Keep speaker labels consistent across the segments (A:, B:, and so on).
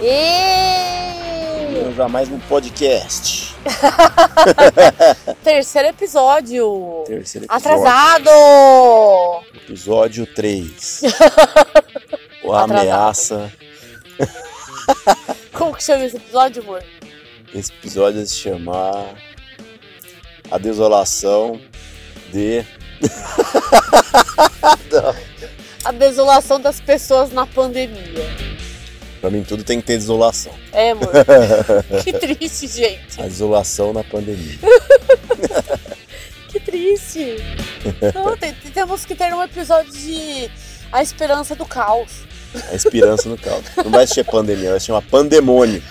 A: E
B: Eu jamais no um podcast.
A: terceiro episódio.
B: Terceiro episódio.
A: Atrasado!
B: Episódio 3. O
A: Atrasado.
B: Ameaça.
A: Como que chama esse episódio, amor?
B: Esse episódio vai se chamar A Desolação de.
A: A desolação das pessoas na pandemia.
B: Pra mim, tudo tem que ter desolação.
A: É, amor. que triste, gente.
B: A desolação na pandemia.
A: Que triste. Não, tem- tem- temos que ter um episódio de A Esperança do Caos.
B: A esperança no caos. Não vai se chamar pandemia, vai se chamar pandemônio.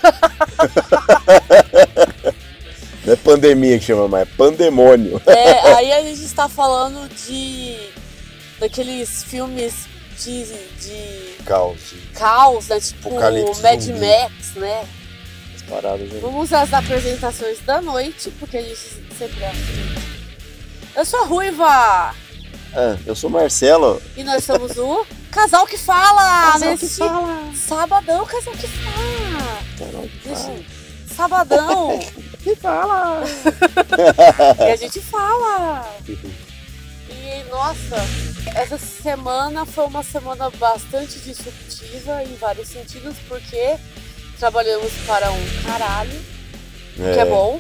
B: Não é pandemia que chama mais, é pandemônio.
A: É, aí a gente está falando de daqueles filmes de, de
B: Caos,
A: caos, né? Tipo
B: Apocalipse
A: Mad
B: zumbi.
A: Max, né?
B: as paradas. né?
A: Vamos às apresentações da noite, porque a gente sempre é assim. Eu sou a Ruiva
B: Ah, eu sou Marcelo.
A: e nós somos o Casal que Fala!
B: Casal que
A: neste
B: fala.
A: Sabadão, Casal que Fala!
B: Carol que
A: Neste
B: fala.
A: Sabadão!
B: Que fala.
A: e a gente fala! E nossa, essa semana foi uma semana bastante disruptiva em vários sentidos, porque trabalhamos para um caralho, o que é bom.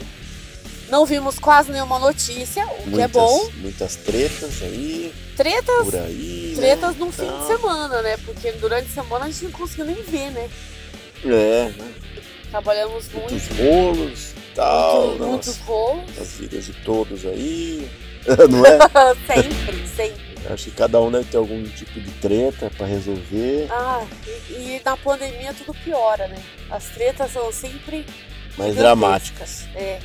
A: Não vimos quase nenhuma notícia, o que é
B: Muitas-
A: bom.
B: Muitas tretas aí,
A: Tretas,
B: por aí.
A: tretas
B: né?
A: num fim de
B: Então,
A: semana, né? Porque durante a semana a gente não conseguiu nem ver, né?
B: É, né?
A: Trabalhamos muito,
B: muitos
A: muito,
B: rolos e tal.
A: muitos
B: Nossa,
A: rolos.
B: as vidas de todos aí. Não é?
A: sempre, sempre.
B: Eu Acho que cada um deve ter algum tipo de treta pra resolver.
A: Ah, e, e na pandemia tudo piora, né? As tretas são sempre
B: mais
A: gigantescas.
B: dramáticas.
A: É.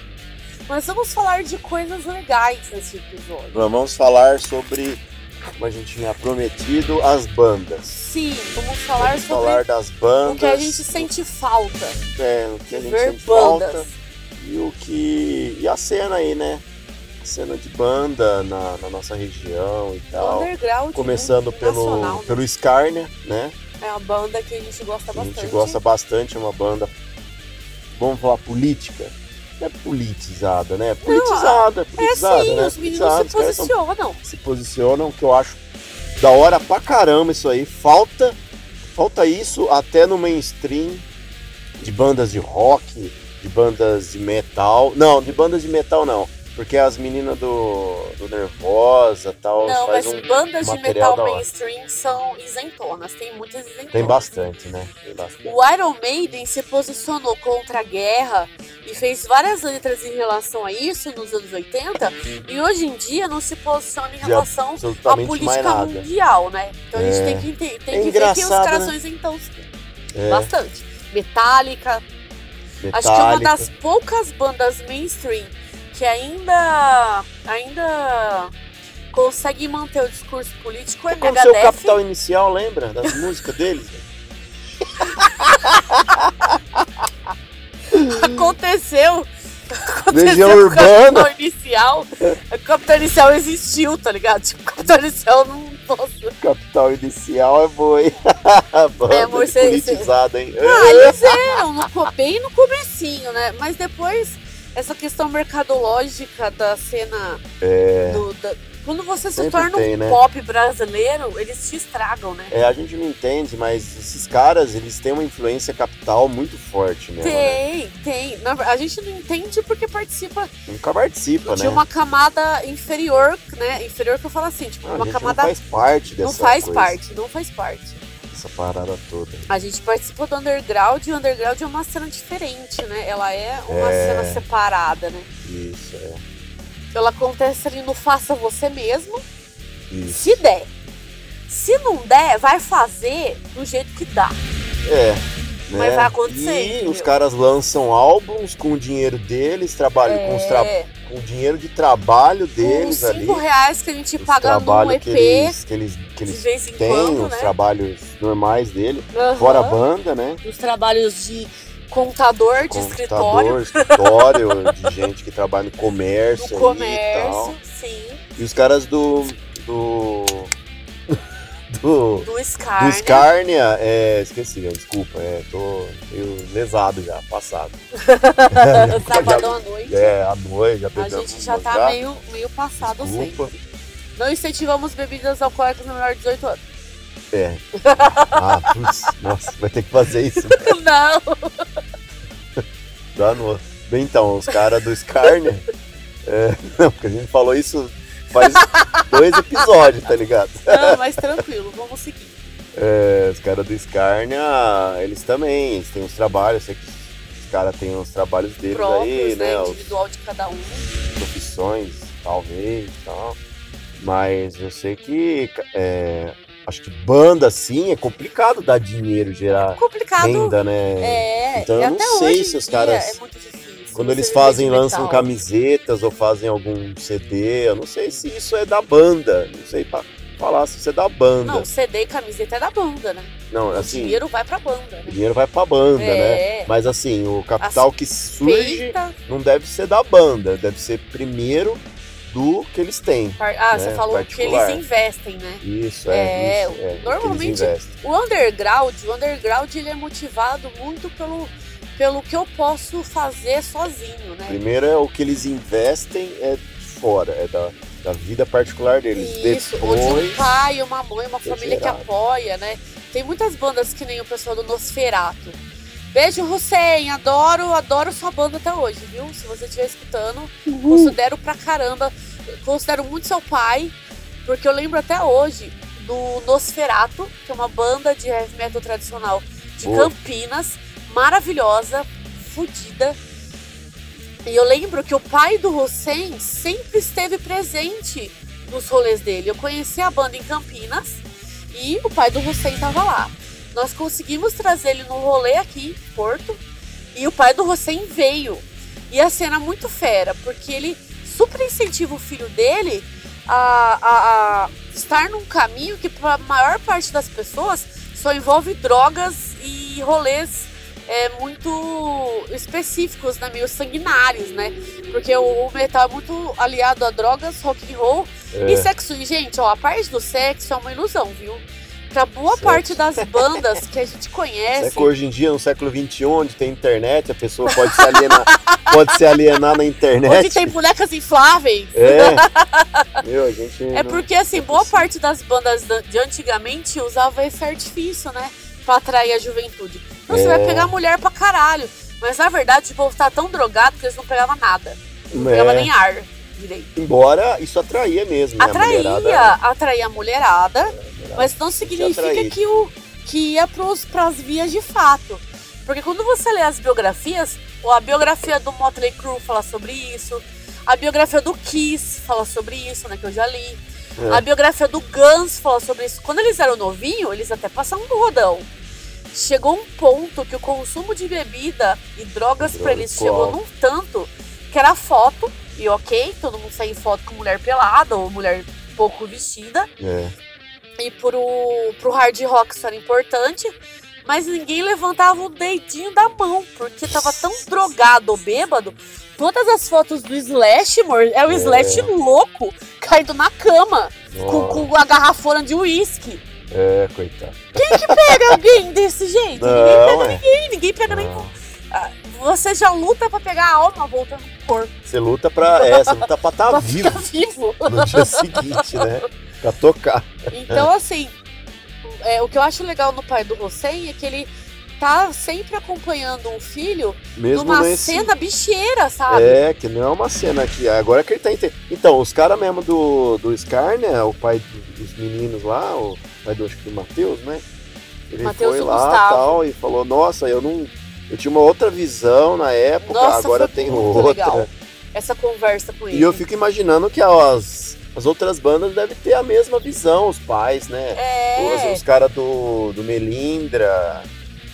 A: Mas vamos falar de coisas legais nesse episódio.
B: Nós vamos falar sobre, como a gente tinha prometido, as bandas.
A: Sim, vamos falar
B: vamos
A: sobre
B: falar das
A: o
B: bandas.
A: que a gente sente falta.
B: é, o que a gente
A: ver
B: sente
A: bandas.
B: falta. E o que. E a cena aí, né? A cena de banda na, na nossa região e tal.
A: Underground.
B: Começando
A: né? Nacional,
B: pelo,
A: né?
B: pelo Scarner, né?
A: É uma banda que a gente gosta
B: Que a
A: bastante.
B: gente gosta bastante, é uma banda, vamos falar política? Não é politizada, né? Politizada,
A: É
B: politizada,
A: sim,
B: né?
A: os meninos
B: Politizada,
A: se
B: os caras são- Então,
A: posicionam.
B: se posicionam, que eu acho da hora pra caramba isso aí. Falta, falta isso até no mainstream de bandas de rock, de bandas de metal. Não, de bandas de metal não. Porque as meninas do, do Nervosa tal,
A: Não,
B: faz
A: mas
B: um.
A: bandas de
B: material
A: metal
B: da hora.
A: mainstream são isentonas. Tem muitas isentonas.
B: Tem bastante, né? Tem bastante.
A: O Iron Maiden se posicionou contra a guerra e fez várias letras em relação a isso nos anos 80 e hoje em dia não se posiciona em
B: Já-
A: relação à
B: Absolutamente mais
A: política
B: nada.
A: mundial, né? Então a gente
B: É.
A: tem que, ente- tem
B: É
A: que ver que os
B: engraçado,
A: caras
B: né?
A: são isentões
B: É,
A: bastante. Metallica, acho que é uma
B: Metallica.
A: das poucas bandas mainstream que ainda ainda consegue manter o discurso político é
B: Como seu
A: Megadeth.
B: capital inicial, lembra? Das músicas deles?
A: Aconteceu. Aconteceu
B: Legião Urbana.
A: Capitão Inicial. O Capitão Inicial existiu, tá ligado? Tipo, o Capitão Inicial não. Nossa.
B: capital inicial é boi.
A: É,
B: é,
A: amor, cê-
B: politizada, hein?
A: Ah, eles eram no, co- bem no comecinho, né? Mas depois, essa questão mercadológica da cena. do- da- quando você se
B: É. Sempre
A: torna
B: tem,
A: um
B: né?
A: pop brasileiro, eles te estragam, né?
B: É, a gente não entende, mas esses caras, eles têm uma influência capital muito forte mesmo, né?
A: Tem, tem. Na ver- A gente não entende porque participa
B: Nunca participa,
A: de
B: né?
A: uma camada inferior, né? Inferior que eu falo assim, tipo,
B: Não, a
A: uma
B: gente
A: camada.
B: não faz parte dessa
A: Não faz
B: coisa,
A: parte, não faz parte.
B: Dessa parada toda.
A: A gente participou do underground e o underground é uma cena diferente, né? Ela é uma
B: É.
A: cena separada, né? Então,
B: Isso, é.
A: Ela acontece ali no faça você mesmo,
B: é Isso.
A: se der. Se não der, vai fazer do jeito que dá.
B: É. Né?
A: Mas vai acontecer,
B: E
A: entendeu?
B: os caras lançam álbuns com o dinheiro deles, trabalham com, os tra-
A: É,
B: com o dinheiro de trabalho
A: os
B: deles ali.
A: cinco reais que a gente
B: os
A: paga num
B: trabalhos
A: EP
B: que eles, que eles, que
A: um de
B: eles
A: vez em
B: têm,
A: quando,
B: os
A: né?
B: trabalhos normais dele.
A: Aham.
B: Fora a banda, né?
A: Os trabalhos de contador, de escritório,
B: Computador, escritório, de gente que trabalha no comércio,
A: do
B: ali e tal.
A: comércio, sim.
B: E os caras do. do. do,
A: Do Scar.
B: do
A: né?
B: Scarnia. É, esqueci, né? desculpa, é, tô meio lesado já, passado.
A: Sabadão à noite.
B: É, à noite, já
A: A
B: bebemos.
A: gente já
B: umas
A: tá
B: garrafas,
A: meio, meio passado sem.
B: Desculpa.
A: Não incentivamos bebidas alcoólicas no menor de 18 anos.
B: É. Ah, putz, nossa, vai ter que fazer isso.
A: Não!
B: Dá no... Bem, então, os caras do Scarner. É, não, porque a gente falou isso faz dois episódios, tá ligado?
A: Não, mas tranquilo, vamos seguir.
B: É, os caras do Scarnia, eles também, eles têm uns trabalhos, eu sei que os caras têm uns trabalhos deles aí,
A: Próprios,
B: né?
A: né?
B: As
A: Individual de cada um.
B: profissões, talvez e tal. Mas eu sei que. é, acho que banda assim é complicado dar dinheiro, gerar
A: É Complicado.
B: renda, né?
A: É,
B: Então
A: e
B: eu não
A: até
B: sei
A: hoje
B: se
A: em
B: os
A: dia
B: caras-
A: É muito difícil.
B: Quando
A: você
B: eles
A: viver de
B: fazem, lançam
A: metal. assim.
B: camisetas ou fazem algum CD, eu não sei se isso é da banda. Não sei pra falar se isso é da banda.
A: Não, CD e camiseta é da banda, né?
B: Não,
A: O
B: assim,
A: dinheiro vai pra banda,
B: o
A: né?
B: dinheiro vai pra banda, né?
A: É,
B: Mas assim, o capital que surge
A: feita.
B: não deve ser da banda, deve ser primeiro do que eles têm.
A: par- Ah, você
B: né,
A: falou que
B: particular.
A: eles investem, né?
B: Isso, é.
A: É,
B: isso, é, o que
A: normalmente-
B: eles investem.
A: O underground, o underground ele é motivado muito pelo, pelo que eu posso fazer sozinho, né?
B: Primeiro é o que eles investem é de fora, é da, da vida particular deles.
A: Isso, onde
B: Depois.
A: um pai, uma mãe, uma
B: é
A: família que
B: gerado.
A: apoia, né? Tem muitas bandas que nem o pessoal do Nosferato. Beijo, Hussein. Adoro, adoro sua banda até hoje, viu? Se você estiver escutando, considero pra caramba. Considero muito seu pai, porque eu lembro até hoje do Nosferato, que é uma banda de heavy metal tradicional de
B: Boa.
A: Campinas, maravilhosa, fodida. E eu lembro que o pai do Hussein sempre esteve presente nos rolês dele. Eu conheci a banda em Campinas e o pai do Hussein tava lá. Nós conseguimos trazer ele no rolê aqui, em Porto, e o pai do Hussein veio. E a cena é muito fera, porque ele super incentiva o filho dele a, a- a estar num caminho que para a maior parte das pessoas só envolve drogas e rolês é, muito específicos, né? meio sanguinários, né? Porque o, o metal é muito aliado a drogas, rock and roll
B: É.
A: e sexo, e, gente, ó, a parte do sexo é uma ilusão, viu? Pra boa
B: Sexo. é
A: parte das bandas que a gente
B: Será
A: conhece,
B: Né, que hoje em dia, no século XXI, onde tem internet, a pessoa pode se alienar, pode se alienar na internet?
A: onde tem bonecas infláveis,
B: É. Meu, a gente.
A: É
B: não-
A: porque, assim,
B: não
A: boa
B: precisa.
A: parte das bandas da- de antigamente usava esse artifício, né? Pra atrair a juventude. Então você
B: É.
A: vai pegar mulher pra caralho. Mas na verdade o povo tá tão drogado que eles não pegavam nada. Não
B: É.
A: pegavam nem ar direito.
B: Embora isso atraía mesmo. né? A mulherada-
A: Atraía, atraía a mulherada,
B: mulherada
A: mas não
B: atraía.
A: significa que, o, que ia pros, pras vias de fato. Porque quando você lê as biografias, ou a biografia do Motley Crue fala sobre isso, a biografia do Kiss fala sobre isso, né? Que eu já li.
B: É.
A: A biografia do Guns fala sobre isso. Quando eles eram novinhos, eles até passavam no rodão. Chegou um ponto que o consumo de bebida e drogas pra eles
B: Droga.
A: chegou num tanto que era foto, e ok, todo mundo sai em foto com mulher pelada ou mulher pouco vestida.
B: É.
A: E pro, pro hard rock isso era importante, mas ninguém levantava o dedinho da mão, porque tava tão drogado ou bêbado. Todas as fotos do Slash, amor, é o
B: É.
A: Slash louco, caindo na cama com,
B: Nossa,
A: com a garrafona de uísque.
B: É, coitado.
A: Pega alguém desse jeito? Ninguém
B: Não, é.
A: pega, ninguém pega nem.
B: Não.
A: Ah, Você já luta pra pegar a alma voltando pro corpo.
B: Você luta pra. É, você luta pra estar
A: pra
B: vivo
A: ficar vivo.
B: no dia seguinte, né? Pra tocar.
A: Então, assim, é, o que eu acho legal no pai do Hossein é que ele tá sempre acompanhando um filho
B: Mesmo
A: numa
B: nesse.
A: cena bicheira, sabe?
B: É, que não é uma cena que. Agora que ele tá entendendo. Então, os caras mesmo do, do Scar, né? O pai do- dos meninos lá, o pai do, acho que do Matheus, né? Ele
A: Matheus
B: foi
A: e
B: lá
A: Gustavo.
B: tal e falou: Nossa, eu não. Eu tinha uma outra visão na época,
A: Nossa,
B: agora
A: foi
B: tem
A: muito
B: outra.
A: legal Essa conversa com ele.
B: E eu fico imaginando que as, as outras bandas devem ter a mesma visão, os pais, né? Os,
A: É,
B: os caras do, do Melindra.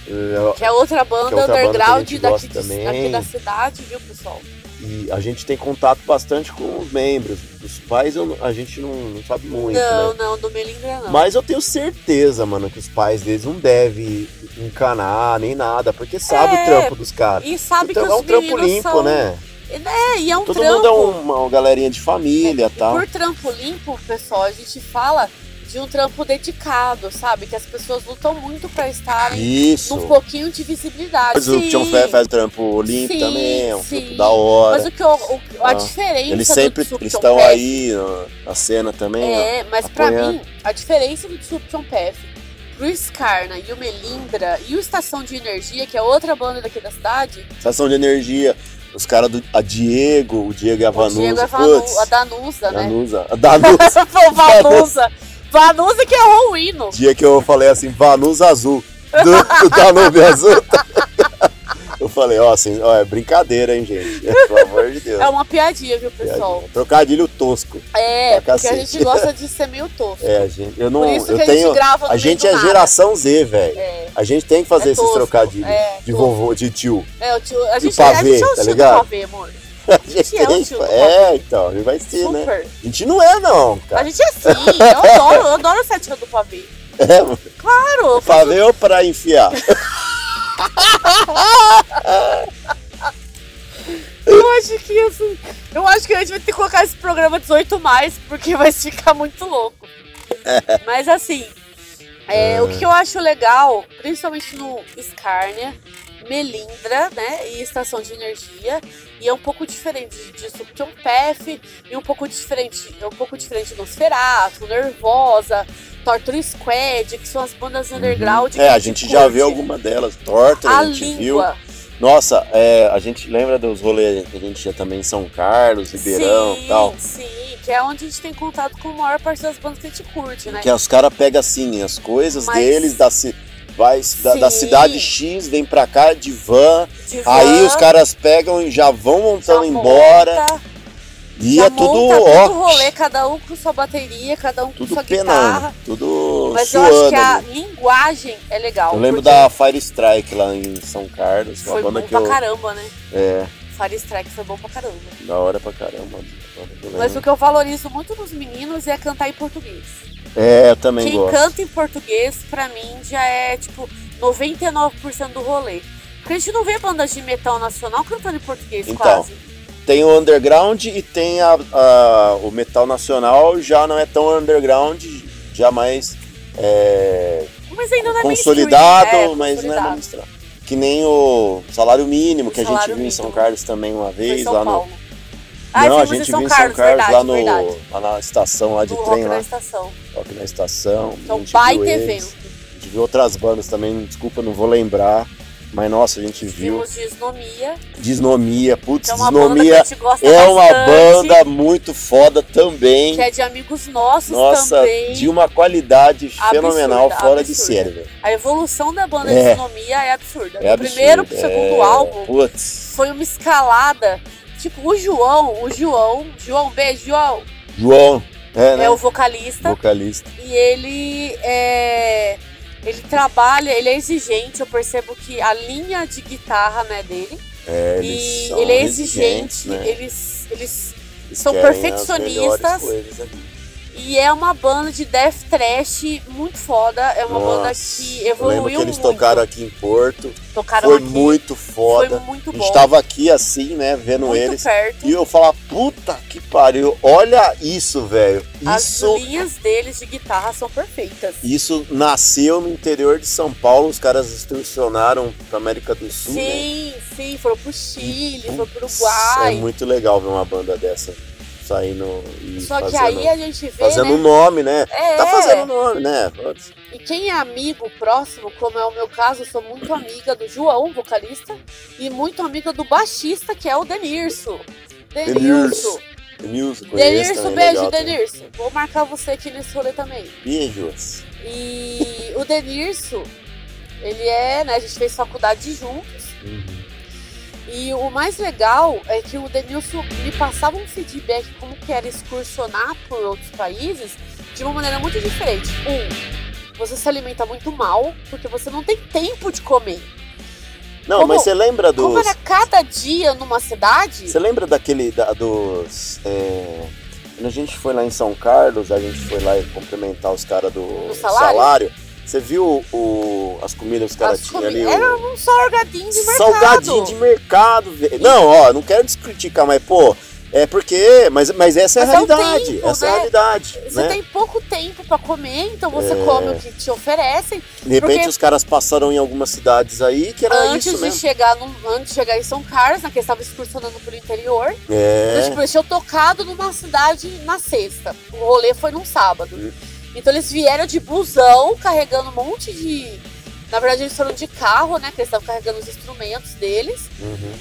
B: eh,
A: que é outra
B: que
A: banda
B: é outra banda que a
A: underground
B: gente
A: daqui,
B: gosta
A: de-
B: também.
A: daqui da cidade, viu, pessoal?
B: E a gente tem contato bastante com os membros. Os pais eu não- a gente não, não sabe muito,
A: não,
B: né?
A: não, do Melindra não.
B: Mas eu tenho certeza, mano, que os pais deles não devem encanar nem nada, porque sabe
A: É,
B: o trampo dos caras.
A: E sabe
B: Então
A: que
B: é
A: os
B: um trampo
A: meninos
B: limpo,
A: são...
B: né?
A: É, e é um
B: Todo
A: trampo.
B: mundo é uma, uma galerinha de família e
A: E
B: tal.
A: por trampo limpo, pessoal, a gente fala de um trampo dedicado, sabe? Que as pessoas lutam muito pra estarem
B: Isso.
A: num pouquinho de visibilidade.
B: Mas o
A: Sim.
B: Tião Fé faz trampo limpo
A: Sim,
B: também, é um
A: sim.
B: trampo da hora.
A: Mas o que eu, o- a
B: Ah,
A: diferença
B: Eles
A: do
B: sempre
A: Disruption
B: eles estão
A: Path-
B: aí ó, na cena também, ó.
A: É, mas pra
B: apoiando.
A: mim, a diferença do Disruption Path pro Scarna e o Melindra e o Estação de Energia, que é outra banda daqui da cidade,
B: Estação de energia. Os caras do. A Diego, o Diego e a
A: o
B: Vanusa.
A: Diego é Vanu,
B: Putz,
A: a Danusa, né?
B: Vanusa. A Danusa.
A: Pô, Vanusa. Vanusa que é errou o hino.
B: dia que eu falei assim, Vanusa Azul. Do, do Danube Azul. Eu falei, ó, assim, ó, é brincadeira, hein, gente? Pelo amor de Deus.
A: É uma piadinha, viu, pessoal?
B: Trocadilho tosco.
A: É,
B: Pra
A: porque a
B: cacete.
A: gente gosta de ser meio tosco.
B: É, gente. Eu não.
A: Por isso que
B: eu
A: a gente
B: tenho.
A: grava no
B: a
A: meio
B: gente
A: do
B: é
A: nada.
B: geração Z, velho.
A: É,
B: A gente tem que fazer
A: é
B: esses
A: tosco,
B: trocadilhos.
A: é,
B: de
A: tosco.
B: vovô, de tio.
A: É, o tio, a gente, a
B: pavê,
A: gente é o
B: tá
A: tio do
B: ligado?
A: pavê, amor.
B: A gente
A: é o
B: tem que
A: tio
B: fa-
A: do
B: É, então, a gente vai ser, né?
A: Super.
B: A gente não é, não,
A: A
B: cara.
A: gente é sim, eu adoro, eu adoro essa tia do pavê.
B: É,
A: Claro, eu faço
B: Pavê ou pra enfiar?
A: Eu acho que isso. Eu acho que a gente vai ter que colocar esse programa 18 mais, porque vai ficar muito louco. Mas assim, é, o que eu acho legal, principalmente no Scarnia, Melindra, né? E estação de energia. E é um pouco diferente de Subtion um Path, e um pouco diferente, é um pouco diferente do Nosferatu, Nervosa, Torture Squad, que são as bandas underground. que
B: É, a gente já
A: curte.
B: viu alguma delas. Torta,
A: A
B: a gente viu.
A: língua.
B: Nossa, é, a gente lembra dos rolês que a gente tinha também em São Carlos, Ribeirão
A: sim,
B: e tal.
A: Sim, que é onde a gente tem contato com a maior parte das bandas que a gente curte, né?
B: Que é- os caras pegam assim as coisas
A: Mas-
B: deles, da, ci- vai, da, da
A: Sim.
B: cidade X, vem pra cá de van,
A: De
B: aí
A: van,
B: os caras pegam e já vão
A: já tá monta,
B: montando embora. E
A: já
B: é tudo,
A: monta
B: ó,
A: todo rolê, cada um com sua bateria, cada um com
B: tudo
A: sua
B: penando,
A: guitarra.
B: tudo
A: Mas eu
B: suando.
A: acho que a
B: ali.
A: linguagem é legal.
B: Eu lembro
A: porque
B: da Fire Strike lá em São Carlos, uma
A: Foi bom
B: banda que
A: pra
B: eu.
A: caramba, né?
B: É,
A: Fire Strike foi bom pra caramba.
B: da hora pra caramba. uma banda que eu
A: Mas
B: lembro.
A: o que eu valorizo muito nos meninos é cantar em português.
B: É, eu também
A: Quem
B: gosto.
A: canta em português, pra mim, já é tipo 99% do rolê. Porque a gente não vê bandas de metal nacional cantando em português
B: Então,
A: quase.
B: Tem o underground e tem a, a- o metal nacional, já não é tão underground, já mais é,
A: Mas ainda não é
B: consolidado,
A: mainstream, né?
B: mas
A: consolidado.
B: não é mainstream. Que nem o salário mínimo,
A: O
B: que a gente
A: salário
B: viu em São
A: mínimo.
B: Carlos também uma
A: Foi
B: vez,
A: São
B: lá no.
A: Paulo. Ah,
B: não, a
A: fomos em
B: gente viu
A: São
B: em São
A: Carlos,
B: Carlos,
A: verdade,
B: lá, no,
A: verdade.
B: lá na estação lá de
A: no
B: trem,
A: Rock na
B: lá,
A: Estação.
B: rock na estação. a
A: Então,
B: gente viu
A: baita
B: eles.
A: evento.
B: A gente viu outras bandas também, desculpa, não vou lembrar. Mas nossa, a gente viu.
A: Vimos Disnomia,
B: Desnomia, putz,
A: que é uma banda que a
B: Desnomia
A: gente gosta
B: é uma
A: tá bastante,
B: banda muito foda também.
A: que é de amigos nossos
B: Nossa,
A: também.
B: de um uma qualidade
A: Absurda,
B: fenomenal, fora de
A: absurda.
B: série, velho.
A: A evolução da banda
B: É.
A: Disnomia é absurda.
B: É
A: Do primeiro pro
B: absurdo,
A: segundo
B: é,
A: álbum
B: Putz.
A: foi uma escalada. Tipo, o João, o João, João, beijo, João,
B: João, é, né?
A: é o vocalista.
B: vocalista.
A: E ele é. Ele trabalha, ele é exigente, eu percebo que a linha de guitarra né, dele.
B: É, eles
A: e
B: são
A: ele é
B: exigentes,
A: exigente,
B: né?
A: eles, eles.
B: Eles
A: são
B: querem as
A: perfeccionistas.
B: melhores coisas ali.
A: E é uma banda de death thrash muito foda. É uma banda
B: Nossa,
A: que
B: eu
A: evoluiu
B: lembro que eles
A: muito.
B: tocaram aqui em Porto.
A: Tocaram
B: foi
A: aqui,
B: muito foda.
A: Foi muito
B: a
A: bom.
B: gente tava aqui assim, né, vendo
A: muito
B: eles.
A: perto.
B: E eu falar, puta que pariu, olha isso, velho.
A: As
B: Isso
A: linhas deles de guitarra são perfeitas.
B: Isso nasceu no interior de São Paulo, os caras extorsionaram pra América do Sul, né?
A: Sim, sim, foram pro Chile, foram pro
B: É
A: Uruguai.
B: muito legal ver uma banda dessa saindo e
A: Só que
B: fazendo,
A: aí a gente vê,
B: fazendo
A: né?
B: um nome, né?
A: É,
B: Tá fazendo nome, né? Putz,
A: E quem é amigo próximo, como é o meu caso, eu sou muito amiga do João, vocalista, e muito amiga do baixista, que é o Denirso. Denirso.
B: Denirso. Denilson, conheço
A: Denirso,
B: também,
A: beijo,
B: legal também.
A: Denirso. Vou marcar você aqui nesse rolê também.
B: Beijos.
A: E o Denirso, ele é, né, a gente fez faculdade juntos,
B: Uhum.
A: e o mais legal é que o Denilson me passava um feedback como que era excursionar por outros países de uma maneira muito diferente. Um, você se alimenta muito mal, porque você não tem tempo de comer.
B: Não,
A: Como-
B: mas você lembra
A: Como
B: dos...
A: era cada dia numa cidade,
B: Você lembra daquele, da- dos... é, Quando a gente foi lá em São Carlos, a gente foi lá cumprimentar os caras do,
A: Do salário?
B: Você viu o, as comidas que os caras
A: as
B: tinham
A: comi-
B: ali? o-
A: era um salgadinho de mercado.
B: Salgadinho de mercado, velho. Não, ó, não quero descriticar, mas, pô, É porque. Mas, mas essa é
A: Mas
B: a
A: é um
B: realidade.
A: tempo,
B: essa é a
A: né?
B: realidade.
A: Você
B: Né?
A: tem pouco tempo pra comer, então você
B: É.
A: come o que te oferecem.
B: De repente
A: porque-
B: os caras passaram em algumas cidades aí que era
A: antes,
B: isso
A: de
B: mesmo.
A: chegar num- antes de chegar em São Carlos, né, que eles estavam excursionando pelo interior, Então,
B: É.
A: tipo, eles tinham tocado numa cidade na sexta. O rolê foi num sábado.
B: Hum.
A: Então eles vieram de busão, carregando um monte de. Na verdade, eles foram de carro, né? Que eles estavam carregando os instrumentos deles.
B: Uhum.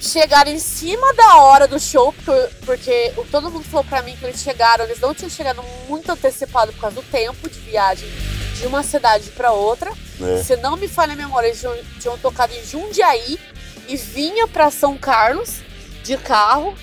A: Chegaram em cima da hora do show, porque, porque o- todo mundo falou pra mim que eles chegaram, eles não tinham chegado muito antecipado por causa do tempo de viagem de uma cidade pra outra.
B: É.
A: Se não me falha a memória, eles tinham, tinham tocado em Jundiaí e vinha pra São Carlos de carro.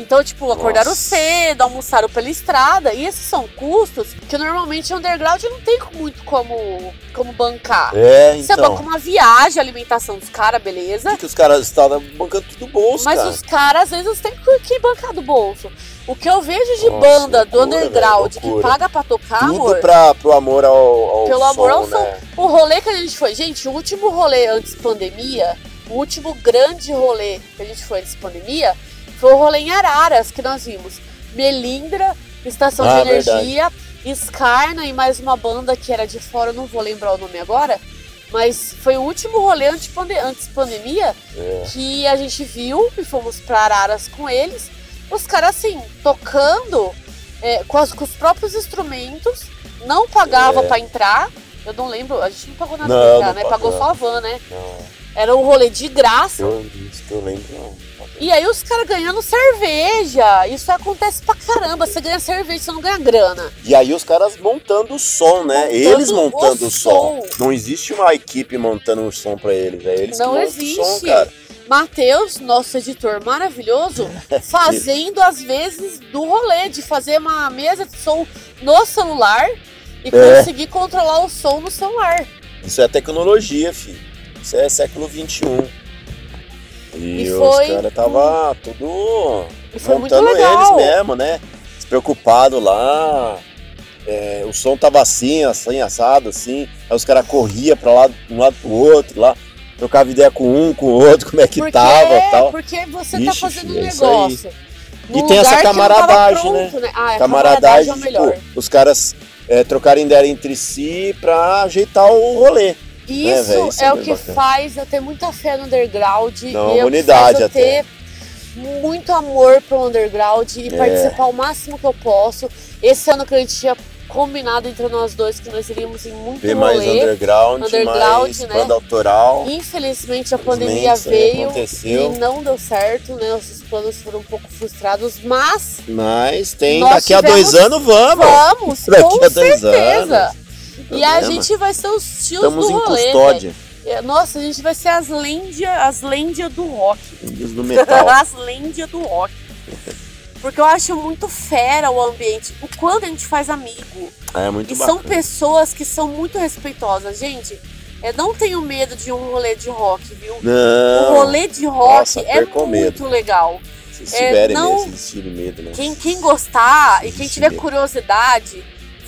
A: Então, tipo, acordaram
B: Nossa.
A: cedo, almoçaram pela estrada. E esses são custos que normalmente underground não tem muito como, como bancar.
B: É,
A: Você banca
B: então.
A: Ah, uma viagem, a alimentação dos caras, beleza.
B: Que os caras estavam bancando tudo do bolso,
A: Mas
B: cara.
A: os caras, às vezes, têm que bancar do bolso. O que eu vejo de
B: Nossa,
A: banda do
B: loucura,
A: underground
B: velho,
A: que
B: loucura.
A: paga pra tocar, amor.
B: Tudo pra, pro amor ao, ao
A: Pelo
B: som,
A: amor ao
B: né?
A: som. O rolê que a gente foi, gente, o último rolê antes pandemia, o último grande rolê que a gente foi antes pandemia, foi o rolê em Araras que nós vimos. Melindra, Estação
B: Ah,
A: de Energia, Scarna e mais uma banda que era de fora, eu não vou lembrar o nome agora. Mas foi o último rolê antes, pande- antes pandemia
B: É.
A: que a gente viu e fomos pra Araras com eles. Os caras, assim, tocando é, com, as- com os próprios instrumentos, não pagava
B: É.
A: pra entrar. Eu não lembro, a gente não pagou nada pra
B: Não,
A: entrar,
B: não
A: né?
B: pagou.
A: Pagou só a van, né?
B: Não,
A: Era um rolê de graça.
B: eu, isso que eu lembro, não.
A: E aí os caras ganhando cerveja. Isso acontece pra caramba. Você ganha cerveja, você não ganha grana.
B: E aí os caras montando o som, né?
A: Montando
B: eles montando
A: o
B: o som. Não existe uma equipe montando o som pra eles, é eles
A: Não
B: que montam
A: existe.
B: o som, cara.
A: Matheus, nosso editor maravilhoso, fazendo as vezes do rolê, de fazer uma mesa de som no celular e
B: É.
A: conseguir controlar o som no celular.
B: Isso é tecnologia, filho. Isso é século XXI. E,
A: E
B: os
A: foi-
B: caras tava tudo
A: E foi muito
B: montando eles
A: legal.
B: mesmo, né? Despreocupado lá. É, o som tava assim, assim, assado, assim. Aí os caras corriam pra lá, de um lado pro outro, lá. Trocava ideia com um, com o outro, como é que
A: porque,
B: tava e tal.
A: porque você tá
B: Ixi,
A: fazendo
B: filho,
A: um
B: é isso aí.
A: negócio. num
B: E tem essa
A: lugar que não tava
B: camaradagem, né?
A: pronto, Ah, a camaradagem
B: camaradagem,
A: é o melhor.
B: tipo, os caras é, trocarem ideia entre si pra ajeitar o rolê.
A: E
B: É,
A: isso
B: véi, isso
A: é,
B: é
A: o
B: bem
A: que
B: bacana.
A: faz eu ter muita fé no underground
B: Na
A: e eu
B: humanidade
A: preciso ter muito amor pro underground e
B: É.
A: participar o máximo que eu posso. Esse ano que a gente tinha combinado entre nós dois que nós iríamos em muito
B: Ver mais
A: rolê.
B: underground,
A: underground,
B: mais
A: né?
B: banda autoral.
A: Infelizmente a
B: Infelizmente,
A: pandemia
B: isso aí
A: veio
B: aconteceu.
A: e não deu certo, né? Nossos planos foram um pouco frustrados, mas
B: Mas tem,
A: Nós
B: daqui a
A: tivemos-
B: dois anos vamos!
A: vamos,
B: Tá Daqui a
A: com
B: dois
A: certeza.
B: anos.
A: E a
B: Problema.
A: gente vai ser os tios
B: Estamos
A: do
B: em
A: rolê.
B: custódia.
A: véi. É, Nossa, a gente vai ser as lêndia, as lêndia do rock.
B: Índios do metal.
A: As lêndias do rock. Porque eu acho muito fera o ambiente. O quanto a gente faz amigo.
B: Ah, é muito
A: e
B: bacana.
A: são pessoas que são muito respeitosas. Gente, eu não tenho medo de um rolê de rock, viu?
B: Não,
A: O rolê de rock
B: Nossa,
A: é
B: perco o
A: muito
B: medo.
A: legal.
B: se
A: é,
B: tiverem
A: não-
B: medo, se tiverem medo, né?
A: Quem, quem gostar e quem
B: Existe
A: tiver
B: mesmo.
A: curiosidade,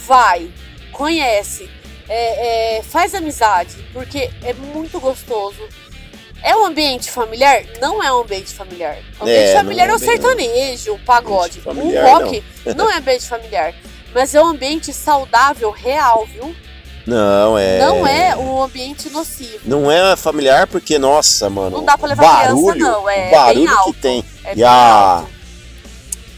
A: vai, conhece, é, é, faz amizade, porque é muito gostoso. É um ambiente familiar? Não é um ambiente familiar. O ambiente
B: É,
A: familiar
B: não
A: é
B: é
A: o
B: bem-
A: sertanejo, o pagode.
B: Ambiente
A: O
B: familiar,
A: rock não. é ambiente familiar. Mas é um ambiente saudável, real, viu?
B: Não, é.
A: Não é um ambiente nocivo.
B: Não é familiar porque, nossa, mano.
A: Não dá pra
B: o
A: levar
B: barulho,
A: criança, não. É
B: o
A: bem
B: barulho
A: alto.
B: que Ah, tem.
A: É
B: E
A: bem
B: a-
A: alto.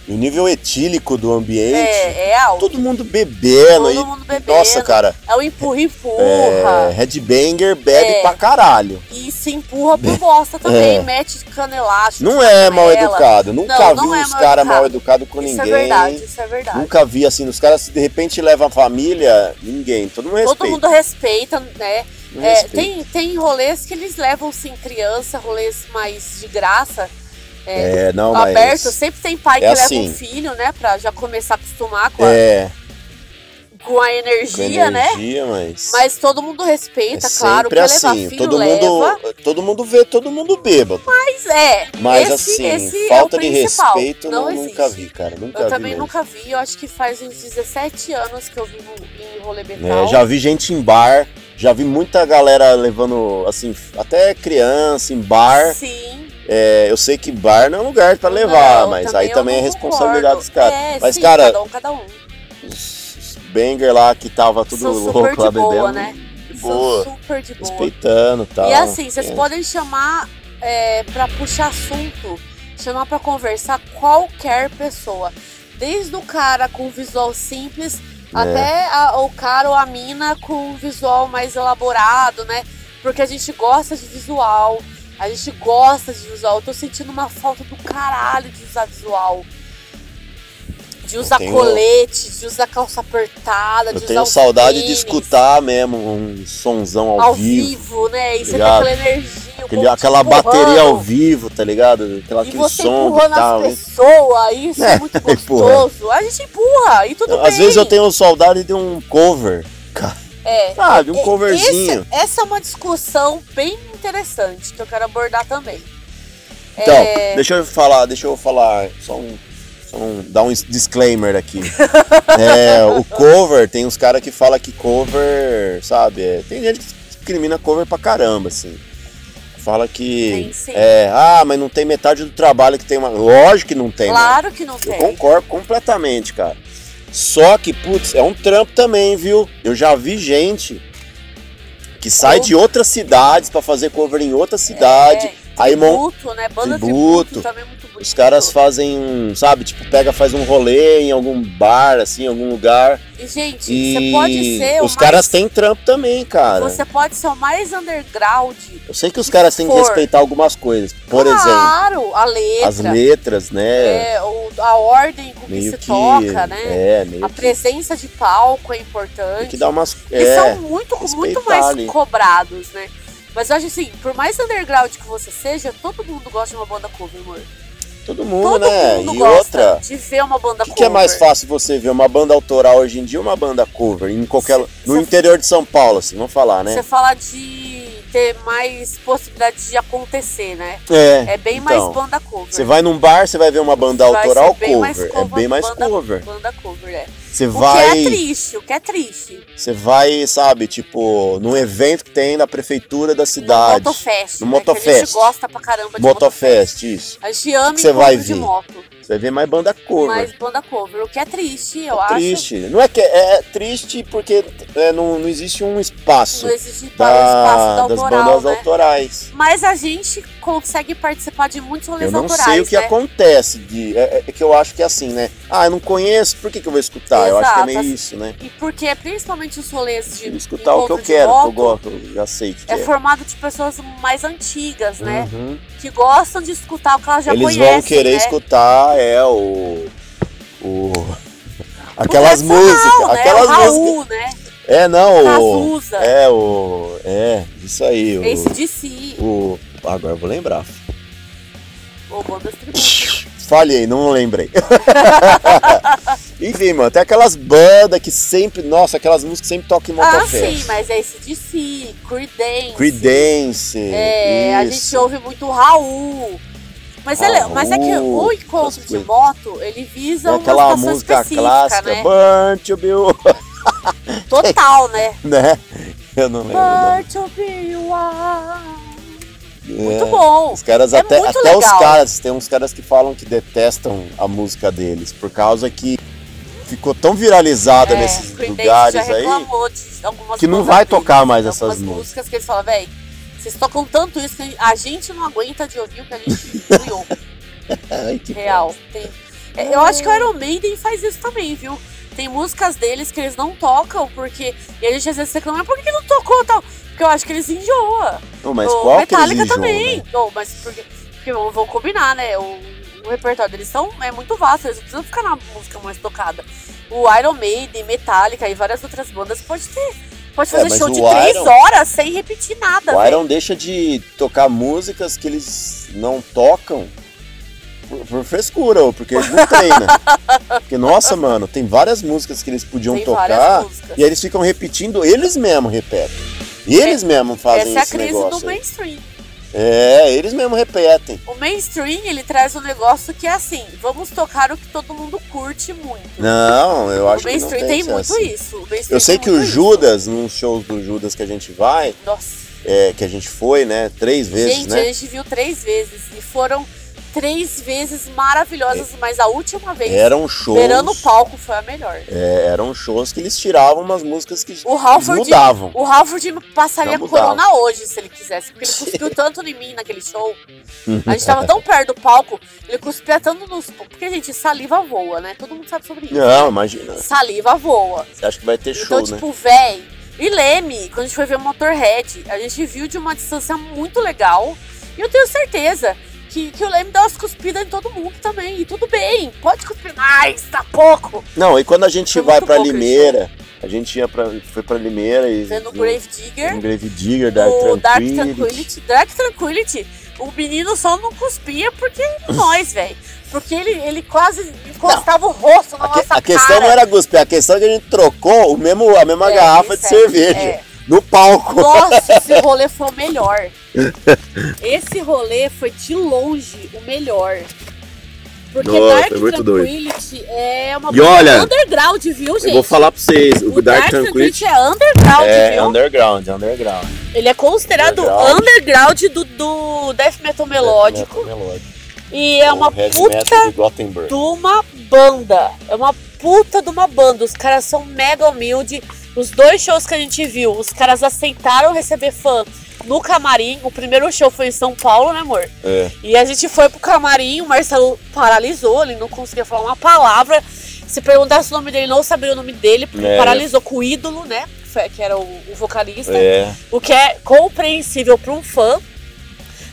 B: E o nível etílico do ambiente.
A: É, é alto.
B: Todo mundo bebendo.
A: Todo
B: e,
A: mundo bebendo.
B: Nossa, cara.
A: É o empurra-empurra.
B: É, headbanger bebe
A: É.
B: pra caralho.
A: E se empurra por bosta também,
B: É.
A: mete canelaço.
B: Não é mal
A: Ela-
B: educado. Nunca
A: Não,
B: vi
A: não é
B: uns
A: mal educado.
B: caras mal educados com
A: Isso
B: ninguém.
A: é verdade, isso é verdade.
B: Nunca vi assim. Os caras, se de repente levam a família, ninguém. Todo mundo respeita.
A: Todo mundo respeita, né?
B: Não
A: É,
B: respeita.
A: tem, tem rolês que eles levam sim criança, rolês mais de graça,
B: É, não, mas.
A: aberto. Sempre tem pai que
B: é
A: leva
B: assim.
A: um filho, né? Pra já começar a acostumar com a,
B: É,
A: com a
B: com
A: energia, né?
B: energia, mas.
A: Mas todo mundo respeita,
B: é
A: claro.
B: sempre
A: Quer levar
B: assim.
A: filho,
B: Todo
A: leva.
B: mundo, todo mundo vê, todo mundo bêbado.
A: Mas é.
B: Mas
A: esse,
B: assim,
A: esse
B: falta
A: é o
B: de
A: principal.
B: respeito
A: não
B: não, nunca
A: existe.
B: vi, cara. Nunca
A: Eu
B: vi
A: também
B: mesmo.
A: nunca vi, eu acho que faz uns 17 anos que eu vivo em rolê metal.
B: É, já vi gente em bar, já vi muita galera levando, assim, até criança em bar,
A: Sim,
B: É, eu sei que bar não é um lugar pra levar, mas aí também é responsabilidade dos caras.
A: É,
B: mas,
A: sim,
B: cara,
A: cada um, cada um.
B: os, os banger lá que tava tudo
A: São
B: louco
A: super
B: lá
A: de boa,
B: bebendo.
A: né?
B: De boa.
A: São super de boa.
B: Respeitando e tal.
A: E assim, vocês
B: É.
A: podem chamar é, para puxar assunto, chamar pra conversar qualquer pessoa. Desde o cara com visual simples
B: É.
A: até a- o cara ou a mina com visual mais elaborado, né? Porque a gente gosta de visual, a gente gosta de visual. Eu tô sentindo uma falta do caralho de usar visual. De usar
B: tenho-
A: colete, de usar calça apertada,
B: Eu
A: de usar
B: tenho
A: os
B: saudade de
A: tênis
B: escutar mesmo um sonzão ao,
A: ao
B: vivo.
A: vivo, né? E você tem
B: ligado?
A: aquela energia, o
B: Aquele-
A: povo te
B: aquela bateria ao
A: empurrando,
B: vivo, tá ligado? Aquela,
A: E
B: aquele
A: você
B: som e
A: empurrando
B: tal.
A: as
B: hein?
A: pessoas, isso é,
B: É,
A: muito gostoso. A gente empurra e tudo bem.
B: Às vezes eu tenho saudade de um cover,
A: É.
B: sabe? Um
A: E-
B: coverzinho.
A: esse- essa é uma discussão bem interessante que eu quero abordar também.
B: Então,
A: É,
B: deixa eu falar, deixa eu falar, só um, só um- dar um disclaimer aqui. É, o cover, tem uns caras que falam que cover, sabe? é, tem gente que discrimina cover pra caramba, assim. Fala que.
A: tem sim.
B: É, ah, mas não tem metade do trabalho que tem uma. Lógico que não tem, né?
A: claro que não
B: Eu
A: tem.
B: concordo completamente, cara. Só que, putz, é um trampo também, viu? Eu já vi gente que sai
A: Cover.
B: de outras cidades pra fazer cover em outra cidade.
A: Oh. É,
B: aí mon-
A: tributo, né? Banda tributo,
B: Tributo.
A: também é muito bonito.
B: Os caras fazem, um, sabe, tipo, pega, faz um rolê em algum bar, assim, em algum lugar.
A: E, gente,
B: E
A: você pode ser
B: os
A: o
B: caras
A: mais...
B: têm trampo também, cara.
A: Você pode ser o mais underground.
B: Eu sei que os caras têm que
A: For.
B: respeitar algumas coisas. Por exemplo,
A: claro, a letra.
B: as letras, né?
A: É, o- a ordem com que
B: meio
A: se
B: que.
A: toca, né?
B: É, meio
A: A presença de palco é importante.
B: Tem que dar umas.
A: E
B: É,
A: são muito, muito
B: respeitar
A: mais
B: ali.
A: cobrados, né? Mas eu acho assim, por mais underground que você seja, todo mundo gosta de uma banda cover, amor.
B: todo mundo,
A: Todo
B: né?
A: mundo
B: e
A: gosta
B: outra.
A: de ver uma banda
B: O que,
A: cover.
B: que é mais fácil você ver uma banda autoral hoje em dia ou uma banda cover? Em qualquer,
A: Cê-
B: no
A: cê-
B: interior de São Paulo, assim, vamos falar, né?
A: Você falar de ter mais possibilidade de acontecer, né?
B: é.
A: É bem
B: Então,
A: mais banda cover.
B: Você vai num bar, você vai ver uma banda
A: Vai ser
B: autoral
A: bem mais
B: cover. É
A: cover,
B: bem mais
A: banda-
B: cover.
A: Banda cover, é.
B: Você
A: O que é
B: vai,
A: triste, o que é triste.
B: você vai, sabe, tipo, num evento que tem na prefeitura da cidade.
A: No Motofest.
B: No
A: né? Que a gente
B: Motofest.
A: gosta pra caramba de
B: Motofest, isso.
A: A gente ama
B: que você vai
A: encontro de
B: ver?
A: moto,
B: Você vai ver mais banda cover.
A: mas banda cover, o que é triste, eu
B: é
A: acho.
B: triste. Não é que é, é triste porque é, não, não existe um espaço
A: Não existe um
B: da-
A: espaço da
B: das
A: autoral,
B: bandas
A: né?
B: autorais.
A: Mas a gente consegue participar de muitos
B: Eu
A: rolês
B: não
A: autorais,
B: sei o que é
A: né?
B: acontece, Gui. É, é- é que eu acho que é assim, né? Ah, eu não conheço, por que, que eu vou escutar? eu acho que é
A: Exato,
B: meio
A: assim,
B: isso, né?
A: E porque principalmente os rolês de
B: Eu vou escutar o que
A: encontro
B: eu
A: de
B: quero, que eu
A: moto
B: gosto, eu já sei o que,
A: é
B: que é.
A: formado de pessoas mais antigas, né?
B: Uhum.
A: Que gostam de escutar o que elas já
B: Eles
A: conhecem,
B: vão querer
A: né?
B: escutar, é, o. o aquelas
A: tradicional,
B: músicas.
A: né?
B: Aquelas
A: o Raul,
B: músicas.
A: né?
B: É, não, o.
A: Cazuza,
B: É, o. É, isso aí, o.
A: Ace DC,
B: o agora eu vou lembrar.
A: ou bandas tributas.
B: Falhei, não lembrei. Enfim, mano, tem aquelas bandas que sempre. Nossa, aquelas músicas que sempre tocam em
A: Ah,
B: Motofest.
A: sim, mas Ace DC, Creedence.
B: Creedence.
A: É, a
B: isso.
A: gente ouve muito Raul. Mas, ele-
B: Raul,
A: mas é que o
B: essas
A: encontro de
B: coisas.
A: moto, ele visa
B: Tem
A: uma
B: aquela
A: situação
B: música
A: específica,
B: clássica,
A: né?
B: Burn to Bill,
A: Total, né?
B: né? Eu não lembro. o
A: Bird to be wild.
B: nome.
A: Muito
B: É.
A: bom.
B: Os caras
A: É
B: até,
A: muito
B: até os
A: legal.
B: caras, tem uns caras que falam que detestam a música deles, por causa que ficou tão viralizada
A: É,
B: nesses
A: Creedence
B: lugares
A: já
B: aí.
A: reclamou de algumas
B: que não
A: bandas
B: vai
A: deles,
B: tocar mais
A: de
B: essas
A: algumas
B: músicas.
A: músicas que eles falam, véi, vocês tocam tanto isso que a gente não aguenta de ouvir o que a gente criou.
B: Ai, que
A: Real. Tem- é, Eu acho que o Iron Maiden faz isso também, viu? Tem músicas deles que eles não tocam, porque. E a gente às vezes reclama, mas por que que não tocou tal? Porque eu acho que eles enjoam.
B: Não, mas
A: O
B: qual que
A: Metallica
B: eles enjoam,
A: também.
B: né?
A: Não, mas porque, porque vão, vão combinar, né? O, o repertório deles são, é muito vasto, eles não precisam ficar na música mais tocada. O Iron Maiden, Metallica e várias outras bandas pode ter. Pode
B: É,
A: fazer
B: mas
A: show
B: o
A: de três
B: Iron-
A: horas sem repetir nada.
B: O
A: velho.
B: Iron deixa de tocar músicas que eles não tocam por, por frescura ou porque eles não treinam. porque, nossa, mano, tem várias músicas que eles podiam
A: Tem várias
B: tocar
A: músicas.
B: e aí eles ficam repetindo, eles mesmos repetem. E eles mesmos fazem
A: Essa é a
B: esse
A: crise do
B: negócio. aí.
A: mainstream.
B: É, eles mesmos repetem.
A: O mainstream, ele traz um negócio que é assim, vamos tocar o que todo mundo curte muito.
B: Não, eu acho
A: o
B: que não
A: mainstream
B: tem,
A: tem,
B: que ser
A: muito
B: assim.
A: isso. o mainstream
B: Eu sei
A: tem
B: que
A: muito
B: o
A: isso.
B: Judas, nos shows do Judas que a gente vai,
A: Nossa,
B: é, que a gente foi, né? Três vezes,
A: gente, é
B: né?
A: a gente viu três vezes e foram três vezes
B: É.
A: maravilhosas, mas a última vez,
B: Eram shows.
A: beirando o palco, foi a melhor.
B: é, eram shows que eles tiravam umas músicas que
A: O Halford,
B: mudavam.
A: o Halford passaria
B: Já mudava.
A: corona hoje se ele quisesse, porque ele cuspiu tanto em mim naquele show. A gente tava tão perto do palco, ele cuspia tanto nos. Porque, gente, saliva voa, né? Todo mundo sabe sobre isso.
B: Não, imagina.
A: Saliva voa.
B: Você acha que vai ter show, né?
A: então, tipo, véi. E Leme, quando a gente foi ver o Motorhead, a gente viu de uma distância muito legal. E eu tenho certeza que, que o Leme dá umas cuspidas em todo mundo também. E tudo bem, pode cuspir mais, tá pouco.
B: né? Não, e quando a gente
A: Foi
B: vai
A: muito
B: pra
A: pouco
B: Limeira, a gente ia pra, foi pra Limeira e.
A: Vendo o Grave Digger.
B: Um Grave Digger, Dark
A: o Dark
B: Tranquility.
A: Tranquility. Dark Tranquility, o menino só não cuspia porque é nós, velho. Porque ele, ele quase encostava o rosto na
B: A, que-
A: nossa
B: a questão
A: cara.
B: não era cuspir, a questão é que a gente trocou o mesmo, a mesma
A: É,
B: garrafa
A: isso
B: de
A: é,
B: cerveja
A: é.
B: no palco.
A: Nossa, esse rolê foi o melhor. Esse rolê foi de longe o melhor. Porque
B: Nossa,
A: Dark
B: é muito doido.
A: Tranquility é uma
B: E olha,
A: underground, viu, gente?
B: Eu vou falar pra vocês, o,
A: o
B: Dark, Tranquility
A: é underground,
B: é
A: viu?
B: underground, underground.
A: Ele é considerado
B: Underground.
A: underground do, do death metal melódico.
B: Metal É, melódico.
A: E é uma
B: O heavy
A: puta
B: metal de Gothenburg.
A: de uma banda. É uma puta de uma banda. Os caras são mega humildes. Os dois shows que a gente viu, os caras aceitaram receber fã no camarim. O primeiro show foi em São Paulo, né, amor?
B: É.
A: E a gente foi pro camarim, o Marcelo paralisou, ele não conseguia falar uma palavra. Se perguntasse o nome dele, não sabia o nome dele, porque
B: É.
A: paralisou com o ídolo, né? que foi- Que era o, o vocalista.
B: É.
A: O que é compreensível para um fã.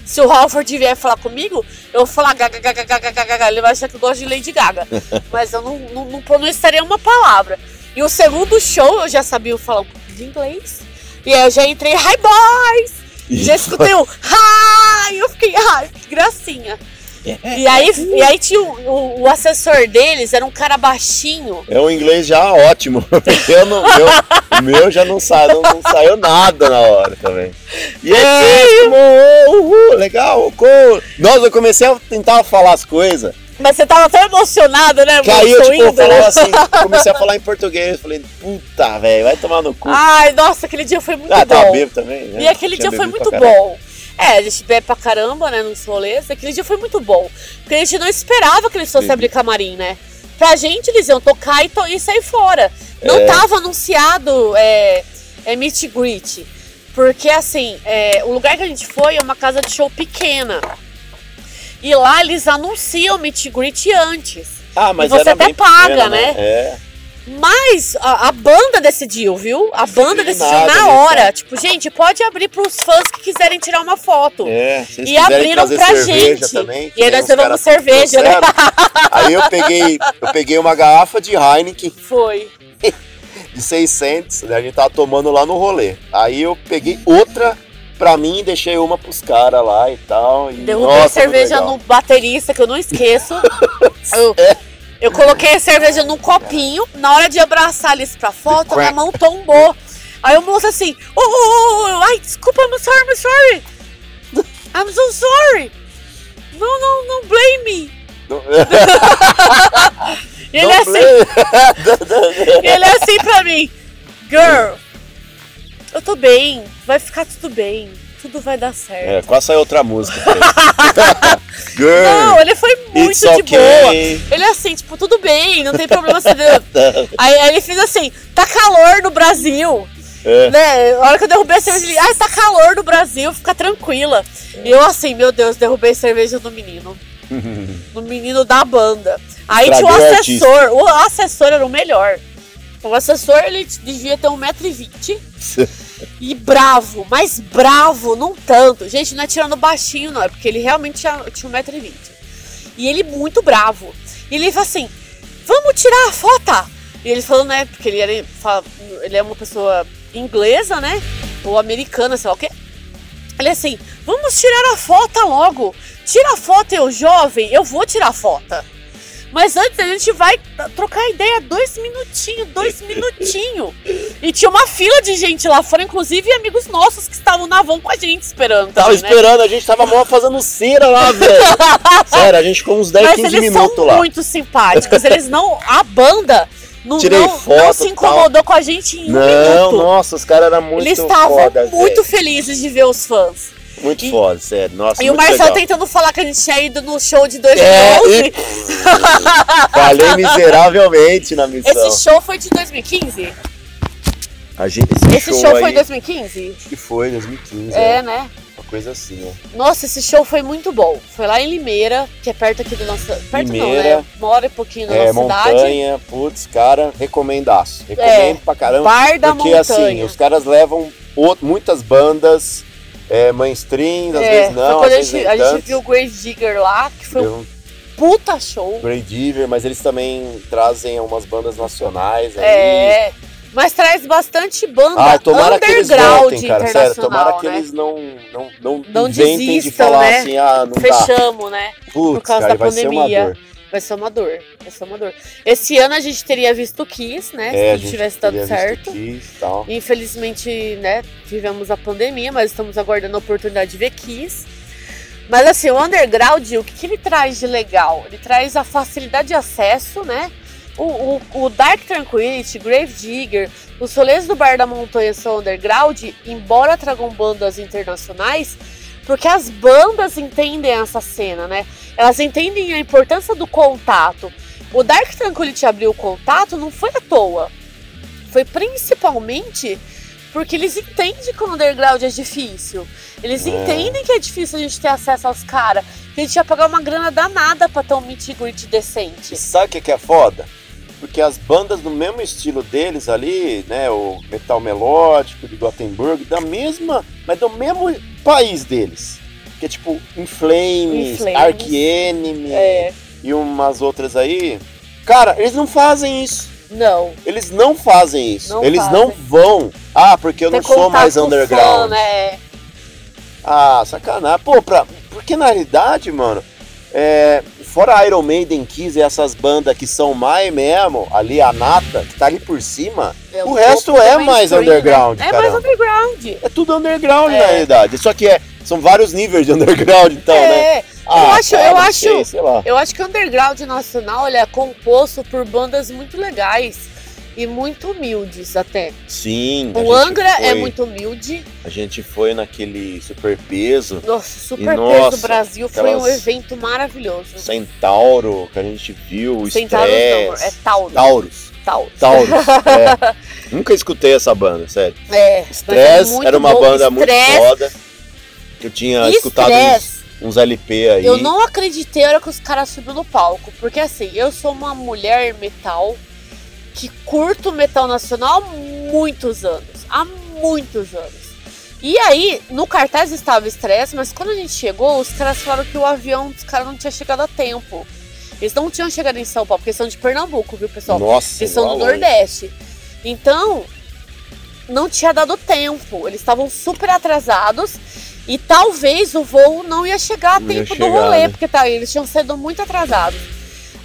A: Se o Halford vier falar comigo, eu vou falar gaga, gaga, gaga, gaga, gaga. Ele vai achar que eu gosto de Lady Gaga. Mas eu não, não, não pronunciaria uma palavra. E o segundo show eu já sabia falar um pouco de inglês. E aí eu já entrei, hi boys! Já escutei um hi! Eu fiquei, ai, que gracinha.
B: É,
A: E aí, e aí tinha o, o, o assessor deles, era um cara baixinho.
B: É um inglês já ótimo. Eu não, eu, o meu já não, sa, não, não saiu nada na hora também. E
A: É
B: aí, uhul, legal, cool. Nossa, eu comecei a tentar falar as coisas.
A: Mas você tava tão emocionado, né?
B: Que aí eu,
A: muito
B: tipo, eu
A: ídolo.
B: falava assim, comecei a falar em português. Falei, puta, velho, vai tomar no cu. Ah,
A: Ai, nossa, aquele dia foi muito bom.
B: tá bebo também. né?
A: E aquele
B: Tinha
A: dia foi
B: bebido
A: muito
B: pra caralho.
A: bom. É, a gente bebe pra caramba, né, nos rolês. Aquele dia foi muito bom. Porque a gente não esperava que eles fossem
B: Sim.
A: abrir camarim, né? Pra gente, eles iam tocar e, to- e sair fora. Não
B: É.
A: tava anunciado é, é meet and greet. Porque, assim, é, o lugar que a gente foi é uma casa de show pequena. E lá eles anunciam meet and greet antes.
B: Ah, mas
A: E você
B: era
A: até
B: bem
A: paga,
B: pequeno,
A: né?
B: É.
A: Mas a, a banda decidiu, viu? A banda
B: decidiu
A: decidiu
B: nada,
A: na
B: né,
A: hora.
B: cara?
A: Tipo, gente, pode abrir pros fãs que quiserem tirar uma foto.
B: É, se eles
A: E
B: quiserem
A: abriram
B: trazer
A: pra
B: cerveja
A: gente.
B: Também,
A: E aí nós
B: eles levaram
A: levamos cerveja, né?
B: Aí eu peguei, eu peguei uma garrafa de Heineken
A: Foi.
B: de 600, né? a gente tava tomando lá no rolê. Aí eu peguei outra pra mim e deixei uma pros caras lá e tal. E,
A: Derrubei
B: nossa,
A: um cerveja no
B: muito
A: baterista, que eu não esqueço. eu, eu coloquei a cerveja num copinho. Na hora de abraçar eles pra foto, minha
B: Crack.
A: mão tombou. Aí o moço assim, oh, oh, oh, oh, ai, desculpa, I'm sorry, I'm sorry. I'm so sorry. Não, não, não blame me.
B: legal.
A: E ele assim, E ele é assim pra mim. Girl, eu tô bem. Vai ficar tudo bem. Tudo vai dar certo.
B: É, quase saiu outra música. pra ele. Girl,
A: Não, ele foi muito
B: É. it's
A: de boa.
B: okay.
A: Ele é assim, tipo, tudo bem, não tem problema você. aí, aí ele fez assim, tá calor no Brasil.
B: É.
A: Né? A hora que eu derrubei a cerveja, ele, ah, tá calor no Brasil, fica tranquila. E eu assim, meu Deus, derrubei a cerveja do menino. no menino da banda. Aí
B: Estragou
A: tinha
B: o
A: o
B: artista.
A: assessor. O assessor era o melhor. O assessor, ele devia ter 1,20m. E bravo, mas bravo, não tanto. Gente, não é tirando baixinho, não. É porque ele realmente tinha, tinha 1,20m. E ele muito bravo. E ele falou assim, vamos tirar a foto. E ele falou, né, porque ele, era, fa- ele é uma pessoa inglesa, né? Ou americana, sei lá o quê. Ele assim, vamos tirar a foto logo. Tira a foto, eu jovem, eu vou tirar a foto. Mas antes a gente vai t- trocar ideia dois minutinhos, dois minutinhos. E tinha uma fila de gente lá fora, inclusive amigos nossos que estavam na van com a gente esperando.
B: Tava
A: também, né?
B: esperando, a gente tava mó fazendo cera lá, velho. Sério, a gente ficou uns 10,
A: Mas
B: 15
A: eles
B: minutos
A: são
B: lá.
A: muito simpáticos. Eles não. A banda Não,
B: Tirei
A: não,
B: foto,
A: não se incomodou com a gente em um
B: Não,
A: minuto.
B: nossa, os caras eram muito
A: Eles estavam
B: foda,
A: muito felizes de ver os fãs.
B: velho. Muito
A: e-
B: foda, sério. Nossa,
A: e o
B: é muito
A: Marcel
B: legal.
A: tentando falar que a gente tinha ido no show de
B: É,
A: 2011.
B: e- Falhei miseravelmente na missão.
A: Esse show foi de 2015?
B: A gente,
A: Esse show, foi
B: aí,
A: em 2015?
B: acho que foi 2015,
A: É,
B: é.
A: né?
B: uma coisa assim, ó.
A: Nossa, esse show foi muito bom. Foi lá em Limeira, que é perto aqui do nosso. Perto não,
B: Limeira.
A: né? Uma hora e pouquinho da
B: É,
A: nossa cidade.
B: montanha, putz, cara, recomendaço. Recomendo pra caramba.
A: Bar É, da
B: porque
A: Montanha.
B: assim, os caras levam o- muitas bandas, é, mainstream, às
A: É,
B: vezes não,
A: foi
B: às
A: quando a
B: vezes
A: gente,
B: nem
A: a gente
B: tanto.
A: viu o Grave Digger lá, que foi um
B: Deu um
A: puta show.
B: Grey Diver, mas eles também trazem umas bandas nacionais aí.
A: É. Mas traz bastante banda
B: Ah, tomara que eles
A: underground
B: voltem, cara.
A: internacional,
B: Sério, tomara que
A: né?
B: eles não, não, não,
A: Não
B: inventem de
A: desistam,
B: falar
A: né?
B: assim, ah, não dá.
A: Fechamos, né?
B: Putz,
A: por causa
B: cara,
A: da
B: vai ser
A: pandemia. né?
B: uma dor.
A: Vai ser uma dor, vai ser uma dor. Esse ano a gente teria visto o Kiss, né?
B: É, a
A: Se
B: gente
A: tudo tivesse dado
B: teria visto
A: certo.
B: Kiss e tal.
A: Infelizmente, né, tivemos a pandemia, mas estamos aguardando a oportunidade de ver Kiss. Mas assim, o underground, o que, que ele traz de legal? Ele traz a facilidade de acesso, né? O, o- o Dark Tranquility, Grave Digger, os solês do Bar da Montanha são underground, embora tragam bandas internacionais, porque as bandas entendem essa cena, né? Elas entendem a importância do contato. O Dark Tranquility abriu o contato não foi à toa. Foi principalmente porque eles entendem que o underground é difícil. Eles
B: É.
A: entendem que é difícil a gente ter acesso aos caras. Que a gente ia pagar uma grana danada pra ter um meet and greet decente.
B: E sabe o que que é foda? Porque as bandas do mesmo estilo deles ali, né? O metal melódico de Gothenburg, da mesma, mas do mesmo país deles. Que é tipo
A: In
B: Inflames,
A: Flames.
B: Arquienemy
A: É,
B: e umas outras aí. Cara, eles não fazem isso.
A: não.
B: Eles não fazem isso.
A: Não
B: eles
A: fazem.
B: não vão. Ah, porque eu
A: Ter
B: não sou
A: contato
B: mais
A: com
B: underground.
A: Fã, né?
B: Ah, sacanagem. Pô, pra... porque na realidade, mano, é... fora Iron Maiden, Kiss e essas bandas que são mais mesmo, ali a nata, que tá ali por cima,
A: É
B: o
A: topo
B: resto
A: do
B: é
A: mainstream,
B: mais
A: né?
B: underground,
A: É mais
B: caramba.
A: underground.
B: É tudo underground
A: É.
B: na realidade. Só que é... são vários níveis de underground, então, né?
A: é,
B: Ah,
A: acho- eu
B: não
A: acho-
B: sei, sei lá.
A: eu acho que o underground nacional ele é composto por bandas muito legais e muito humildes até.
B: Sim. a
A: O
B: gente
A: Angra é
B: foi-
A: muito humilde.
B: A gente foi naquele super peso,
A: Nossa, Super Peso
B: nossa,
A: do Brasil foi um
B: aquelas-
A: evento maravilhoso.
B: Centauro, que a gente viu, o
A: Centauros não, é
B: Stress.
A: Tauro.
B: Tauros.
A: Tauro.
B: Tauros. é. Nunca escutei essa banda, sério.
A: É, mas é
B: Stress
A: muito
B: era uma
A: bom.
B: banda muito
A: Stress,
B: foda. que Eu tinha escutado uns,
A: Stress.
B: uns LP aí.
A: Eu não acreditei a hora que os caras subiram no palco. Porque assim, eu sou uma mulher metal que curto metal nacional há muitos anos. Há muitos anos. E aí, no cartaz estava estresse, mas quando a gente chegou, os caras falaram que o avião dos caras não tinha chegado a tempo. Eles não tinham chegado em São Paulo, porque são de Pernambuco, viu, pessoal?
B: Nossa,
A: Eles são do
B: igual hoje.
A: Nordeste. Então, não tinha dado tempo. Eles estavam super atrasados. E talvez o voo não ia chegar a
B: Não ia
A: tempo do
B: chegar,
A: rolê,
B: né?
A: porque tá, eles tinham sido muito atrasados.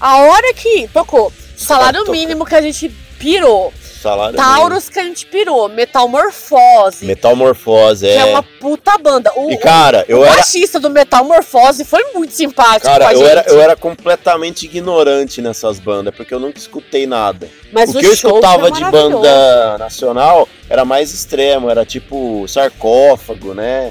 A: A hora que tocou, salário
B: tocou.
A: mínimo que a gente pirou,
B: Salário mínimo.
A: Taurus que a gente pirou, Metalmorfose,
B: Metalmorfose,
A: que é
B: é.
A: uma puta banda. O,
B: E cara, eu
A: o
B: era.
A: baixista do Metalmorfose foi muito simpático com
B: Cara,
A: a
B: eu
A: gente.
B: era, eu era completamente ignorante nessas bandas, porque eu nunca escutei nada.
A: Mas
B: o
A: o
B: que eu
A: show
B: escutava
A: foi
B: de
A: maravilhoso.
B: banda nacional era mais extremo, era tipo sarcófago, né?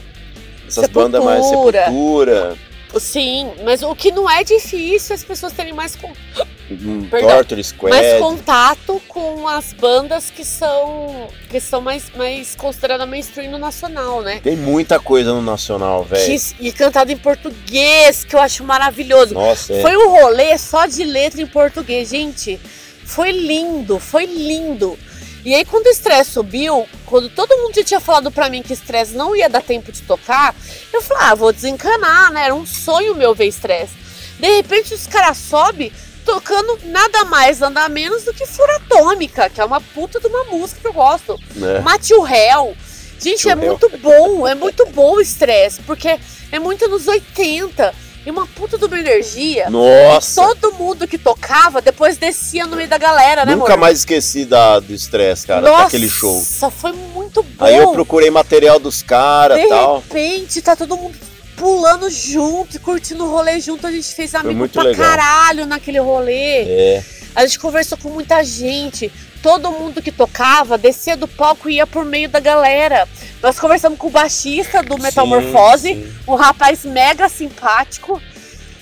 B: Essas bandas mais
A: Sepultura.
B: sepultura,
A: Sim, mas o que não é difícil é as pessoas terem mais contato.
B: um
A: Perdão.
B: Torture Squad.
A: mais contato com as bandas que são que são mais, mais consideradas mainstream no nacional, né?
B: Tem muita coisa no Nacional,
A: Que,
B: velho.
A: e cantado em português, que eu acho maravilhoso.
B: Nossa, é.
A: Foi um rolê só de letra em português, gente. Foi lindo, foi lindo. E aí quando o estresse subiu, quando todo mundo já tinha falado pra mim que estresse não ia dar tempo de tocar, eu falei, ah, vou desencanar, né? Era um sonho meu ver estresse. De repente os caras sobem tocando nada mais, nada menos do que Furatômica, que é uma puta de uma música que eu gosto.
B: né?
A: Mate o réu. Gente,
B: Mate o
A: é
B: réu.
A: muito bom, é muito bom o estresse, porque é muito nos 80 e uma puta de uma energia.
B: Nossa,
A: Todo mundo que tocava depois descia no meio da galera, né,
B: nunca
A: amor?
B: mais esqueci da, do estresse, cara,
A: Nossa,
B: daquele show.
A: foi muito bom.
B: Aí eu procurei material dos caras
A: De
B: e tal.
A: repente, tá todo mundo pulando junto e curtindo o rolê junto. A gente fez amigo
B: muito
A: pra
B: legal.
A: caralho naquele rolê.
B: É,
A: A gente conversou com muita gente. Todo mundo que tocava descia do palco e ia por meio da galera. Nós conversamos com o baixista do Metamorfose,
B: Sim, sim.
A: um rapaz mega simpático.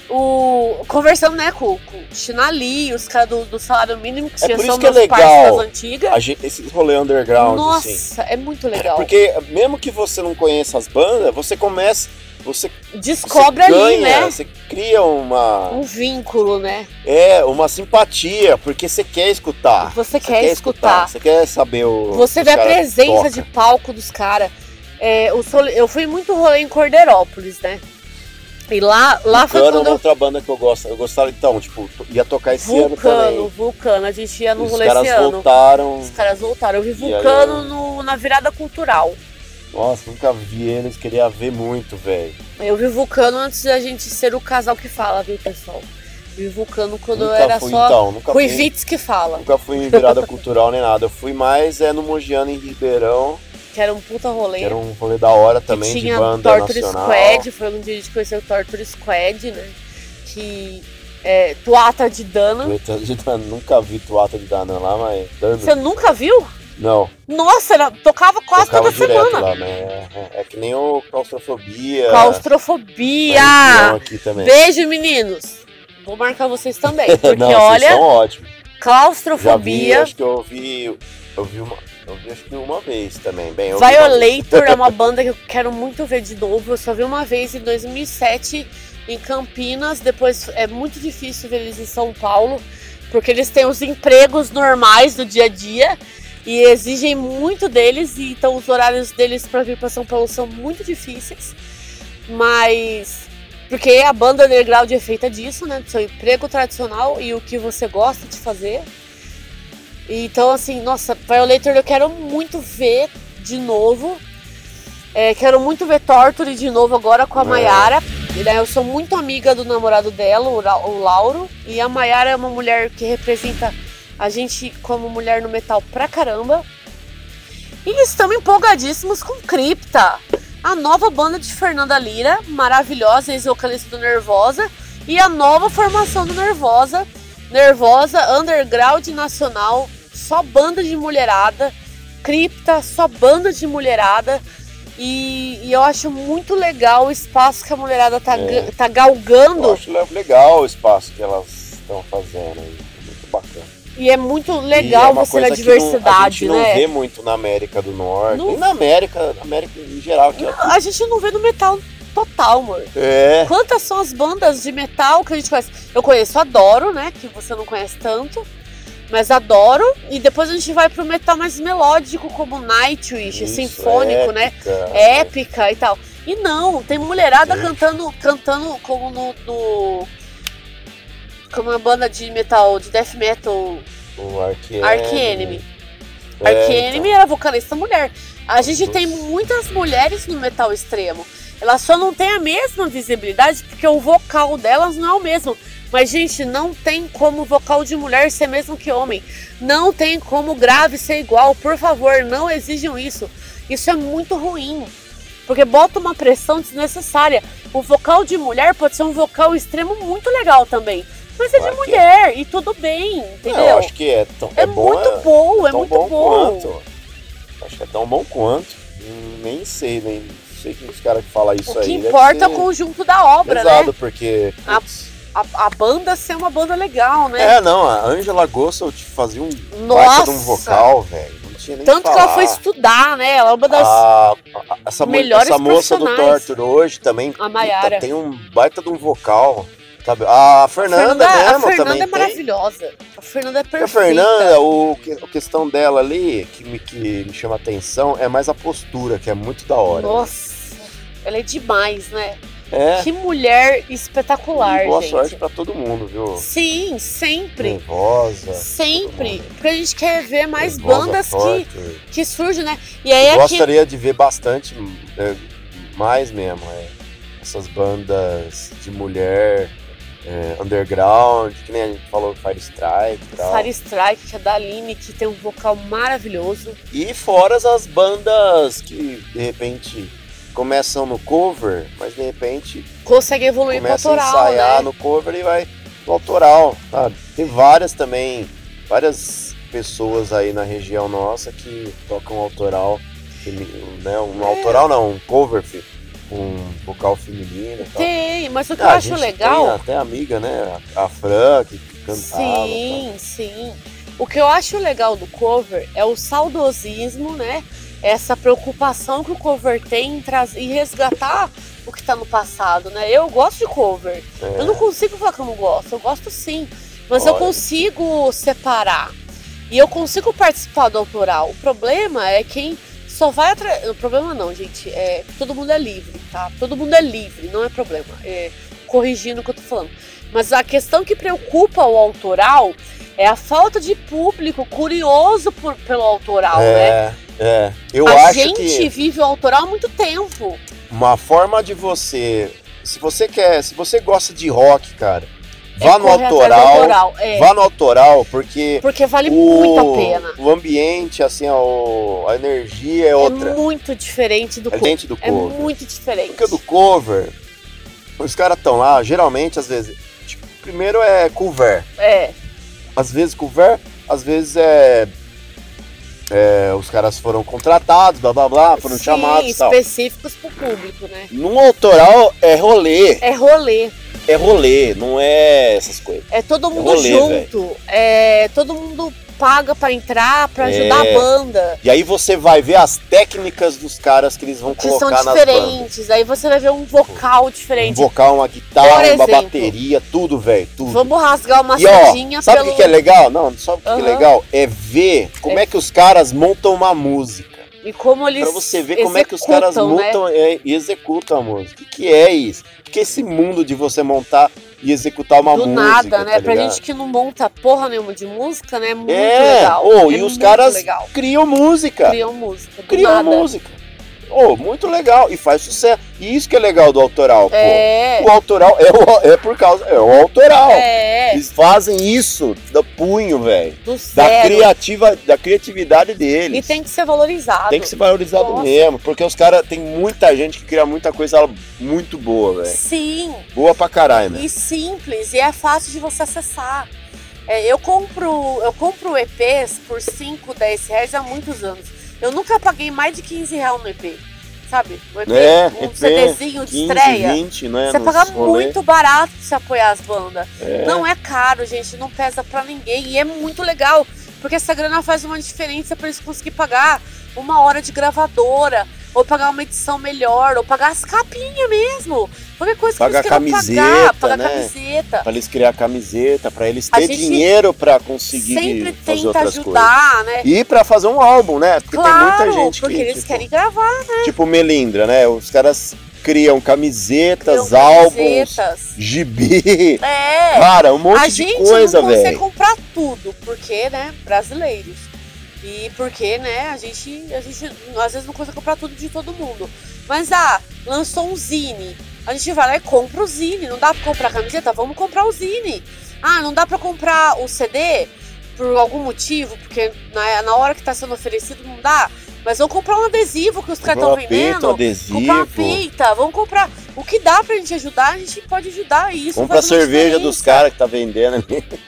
A: O, conversando, né, com, com o Chinali, os caras do, do salário mínimo, que
B: É
A: são
B: por isso
A: meus
B: que é legal.
A: pais das antigas.
B: A gente, esse rolê underground,
A: Nossa,
B: assim.
A: é muito legal.
B: Porque mesmo que você não conheça as bandas, você começa. Você, você
A: Descobre ali,
B: ganha,
A: né?
B: você cria uma.
A: Um vínculo, né?
B: É, uma simpatia, porque você quer escutar.
A: Você
B: Ah, Você
A: quer escutar.
B: Você quer saber o.
A: Você
B: o
A: vê a
B: cara
A: presença
B: toca.
A: de palco dos caras. eu fui muito rolê em Corderópolis, né? E lá, lá foi
B: Vulcano é
A: quando
B: uma
A: eu.
B: outra banda que eu gosto. Eu gostava então, tipo, to- ia tocar esse
A: Vulcano,
B: ano
A: Vulcano. A gente ia no
B: também. Os
A: rolê esse
B: caras
A: ano.
B: voltaram.
A: Os caras voltaram. Eu vi
B: E aí,
A: Vulcano
B: eu-
A: no- na virada cultural.
B: Nossa, nunca vi eles, queria ver muito, velho.
A: Eu vi Vulcano antes da gente ser o casal que fala, viu, pessoal? Vi Vulcano quando eu
B: Nunca
A: era
B: fui
A: só.
B: então, nunca fui.
A: Ruivites que fala.
B: Nunca fui em virada cultural nem nada. Eu fui mais é, no Mogiano em Ribeirão,
A: Que era um puta rolê.
B: que era um rolê da hora também
A: que
B: de
A: tinha
B: banda
A: Torture
B: nacional.
A: Squad, foi onde a gente conheceu o Torture Squad, né? Que é Tuata de Dana.
B: Tueta de Dana, nunca vi Tuata de Dana lá, mas. Dana,
A: Você nunca viu?
B: Não,
A: Nossa, era- tocava quase tá
B: tocava
A: toda
B: direto
A: semana.
B: lá, né? É, é que nem o Claustrofobia.
A: Claustrofobia!
B: Legião Aqui também.
A: Beijo, meninos! Vou marcar vocês também, porque
B: Não,
A: olha,
B: vocês são ótimos. Já vi,
A: claustrofobia,
B: acho que eu ouvi. Eu vi uma. Eu vi acho que uma vez também. Bem, eu vi uma vez.
A: Violator é uma banda que eu quero muito ver de novo. Eu só vi uma vez em 2007 em Campinas, depois é muito difícil ver eles em São Paulo, porque eles têm os empregos normais do dia a dia e exigem muito deles, e então os horários deles para vir para São Paulo são muito difíceis. Mas porque a banda underground é feita disso, né? Do seu emprego tradicional e o que você gosta de fazer. Então, assim, nossa, Violator eu quero muito ver de novo. É, quero muito ver Torture de novo agora com a
B: É.
A: Mayara. E, né, Eu sou muito amiga do namorado dela, o Ra- o Lauro. E a Mayara é uma mulher que representa a gente como mulher no metal pra caramba. E eles estão empolgadíssimos com Cripta, a nova banda de Fernanda Lira, maravilhosa, ex-vocalista do Nervosa, e a nova formação do Nervosa, Nervosa, underground nacional, só banda de mulherada, cripta, só banda de mulherada. E, e eu acho muito legal o espaço que a mulherada tá,
B: É.
A: ga- tá galgando.
B: Eu acho le- legal o espaço que elas estão fazendo aí. Muito bacana.
A: E é muito
B: E é
A: legal
B: uma
A: você ver a
B: coisa que não- a
A: diversidade,
B: gente não
A: né?
B: vê muito na América do Norte.
A: Não-
B: Nem na América, na América em geral. Que
A: A gente não vê no metal total, amor.
B: é.
A: Quantas são as bandas de metal que a gente conhece? Eu conheço Adoro, né? Que você não conhece tanto. Mas adoro. E depois a gente vai pro metal mais melódico, como Nightwish,
B: Isso,
A: sinfônico,
B: épica.
A: né? Épica e tal. E não, tem mulherada
B: Sim.
A: cantando, cantando como no, no- Como uma banda de metal, de death metal,
B: O Arquienemy.
A: Arquienemy.
B: É,
A: Arquienemy era vocalista mulher. A gente tem
B: Nossa.
A: muitas mulheres no metal extremo. Elas só não têm a mesma visibilidade porque o vocal delas não é o mesmo. Mas, gente, não tem como o vocal de mulher ser mesmo que homem. Não tem como o grave ser igual. Por favor, não exijam isso. Isso é muito ruim. Porque bota uma pressão desnecessária. O vocal de mulher pode ser um vocal extremo muito legal também. Mas é de
B: Claro que é.
A: mulher e tudo bem,
B: Não,
A: entendeu?
B: eu acho que é tão
A: é,
B: bom,
A: muito
B: é-
A: bom, é
B: tão
A: muito bom.
B: quanto. Acho que é tão bom quanto. Hum, Nem sei, nem sei que os caras que falam isso
A: O
B: aí.
A: que
B: deve
A: importa é o
B: ser
A: conjunto da obra,
B: pesado,
A: né?
B: porque.
A: A- A, a banda ser uma banda legal, né?
B: É, não, a Angela Gossel te fazia um baita
A: Nossa!
B: de um vocal, velho. Não tinha nem
A: Tanto que ela
B: falar.
A: foi estudar, né? Ela é uma das.
B: A- a- essa, mo-
A: melhores
B: essa moça do
A: profissionais.
B: Torture hoje também
A: A Maiara.
B: puta, tem um baita de um vocal. Sabe? A Fernanda,
A: a
B: mesmo
A: Fernanda
B: também
A: é
B: tem.
A: maravilhosa. A Fernanda é
B: Porque
A: perfeita.
B: A Fernanda, o, que- a questão dela ali, que me, que me chama atenção, é mais a postura, que é muito da hora.
A: Nossa, ela é demais, né?
B: É.
A: Que mulher espetacular,
B: e boa
A: gente.
B: sorte pra Hum, é, todo mundo, viu?
A: Sim, sempre.
B: Nervosa.
A: Sempre. Porque a gente quer ver mais
B: nervosa,
A: bandas que,
B: torta.
A: que surgem, né? E aí aqui.
B: Gostaria de ver bastante, é, mais mesmo, é, essas bandas de mulher, é, underground, que nem a gente falou, Fire Strike e tal.
A: Fire Strike, que é da Aline, que tem um vocal maravilhoso.
B: E fora as bandas que, de repente, começam no cover, mas de repente
A: Consegue evoluir pro
B: começa a
A: autoral,
B: ensaiar
A: né?
B: no cover e vai do autoral, sabe? Tem várias também, várias pessoas aí na região nossa que tocam autoral, femi- né? Um
A: É.
B: autoral não, um cover, fi- um vocal feminino e tal.
A: Tem, mas o que
B: Ah,
A: eu
B: a
A: acho
B: gente
A: legal.
B: Tem até amiga, né? A, a Fran, que cantava.
A: Sim, sim. O que eu acho legal do cover é o saudosismo, né? Essa preocupação que o cover tem em, traz- em resgatar o que tá no passado, né? Eu gosto de cover.
B: tal. É.
A: Eu não consigo falar que eu não gosto, eu gosto sim. Mas eu
B: Olha.
A: consigo separar. E eu consigo participar do autoral. O problema é quem só vai atrás. O problema não, gente. É, todo mundo é livre, tá? Todo mundo é livre, não é problema. É, corrigindo o que eu tô falando. Mas a questão que preocupa o autoral é a falta de público curioso por- pelo autoral, né?
B: É, é. Eu
A: a
B: acho
A: gente
B: que
A: vive o autoral há muito tempo.
B: uma forma de você. Se você quer, se você gosta de rock, cara, vá
A: É
B: no
A: correr atrás do
B: autoral.
A: autoral, é.
B: Vá no autoral, porque
A: Porque vale
B: o,
A: muito a pena.
B: o ambiente, assim, ó, o- a energia é outra.
A: É muito diferente do
B: É,
A: cover.
B: dentro do
A: É
B: cover.
A: muito diferente.
B: Porque do cover, os caras estão lá, geralmente, às vezes. tipo, primeiro é cover.
A: É,
B: Às vezes cover, às vezes é. é, os caras foram contratados, blá blá blá, foram
A: sim,
B: Tá chamados e tal.
A: específicos pro público, né?
B: Num autoral é rolê,
A: É rolê,
B: é rolê, não é essas coisas.
A: é todo mundo
B: rolê,
A: junto, é todo mundo paga pra entrar, pra ajudar
B: É.
A: a banda,
B: E aí você vai ver as técnicas dos caras que eles vão
A: que são
B: colocar nas bandas.
A: diferentes. Aí você vai ver um vocal
B: Um
A: diferente.
B: vocal, uma guitarra,
A: Por
B: uma
A: exemplo.
B: bateria, tudo, velho, tudo.
A: Vamos rasgar uma
B: e ó,
A: sardinha
B: sabe o
A: pelo
B: que que é legal? Não, sabe o que, que
A: Aham.
B: é legal? É ver como é. que os caras montam uma música.
A: e como eles
B: é Pra você ver como é que os caras
A: executam, né?
B: montam é, e executam a música. O que, que é isso? Porque esse mundo de você montar e executar uma
A: do
B: música.
A: nada, né?
B: tá
A: pra
B: ligado?
A: gente que não monta porra nenhuma de música, né? É muito
B: É,
A: legal.
B: ô,
A: É
B: e os
A: muito
B: caras
A: legal.
B: criam música.
A: criam música. do
B: criou
A: nada.
B: música. Oh, muito legal e faz sucesso. E isso que é legal do autoral. pô.
A: É,
B: O autoral é, o- é por causa é o autoral.
A: é,
B: Eles fazem isso do punho, velho,
A: do
B: da
A: zero.
B: criativa, da criatividade
A: E
B: deles.
A: tem que ser valorizado.
B: Tem que ser valorizado
A: Nossa.
B: mesmo, porque os caras tem muita gente que cria muita coisa muito boa, velho.
A: Sim,
B: Boa pra caralho, né?
A: e simples, e é fácil de você acessar. É, eu compro eu compro EPs por 5, 10 reais há muitos anos. Eu nunca paguei mais de 15 reais no EP, sabe? O EP,
B: É,
A: um
B: EP,
A: CDzinho de
B: 15,
A: estreia.
B: 20, né?
A: Você
B: nos
A: paga
B: rolê.
A: muito barato pra você apoiar as bandas.
B: É.
A: Não é caro, gente, não pesa pra ninguém. E é muito legal, porque essa grana faz uma diferença pra eles conseguir pagar uma hora de gravadora, ou pagar uma edição melhor, ou pagar as capinhas mesmo. Qualquer coisa
B: Paga a
A: que eles queiram
B: camiseta,
A: pagar, pagar
B: né?
A: camiseta.
B: Pra eles criar camiseta, pra eles
A: A
B: ter
A: gente
B: dinheiro pra conseguir
A: Sempre
B: fazer
A: tenta
B: outras coisas.
A: ajudar, né?
B: E pra fazer um álbum, né? Porque tem
A: Claro,
B: muita gente
A: porque
B: que,
A: eles
B: tipo,
A: querem gravar
B: tipo Melindra, né? Os caras criam camisetas,
A: criam
B: álbuns,
A: camisetas.
B: gibi,
A: É.
B: cara, um monte
A: a
B: de
A: gente
B: coisa,
A: não consegue
B: velho.
A: comprar tudo, porque, né, brasileiros. E porque, né, a gente, a gente às vezes não consegue comprar tudo de todo mundo. Mas, ah, lançou um zine. A gente vai lá e compra o zine. Não dá pra comprar a camiseta? Vamos comprar o zine. Ah, não dá pra comprar o CD por algum motivo, porque na, na hora que tá sendo oferecido não dá. Mas vamos comprar um adesivo que os caras estão
B: Comprar peito,
A: vendendo. Comprar uma
B: um adesivo,
A: fita, vamos comprar. O que dá pra gente ajudar, a gente pode ajudar. E isso
B: compra a
A: faz uma
B: cerveja
A: diferença.
B: dos caras que tá vendendo ali.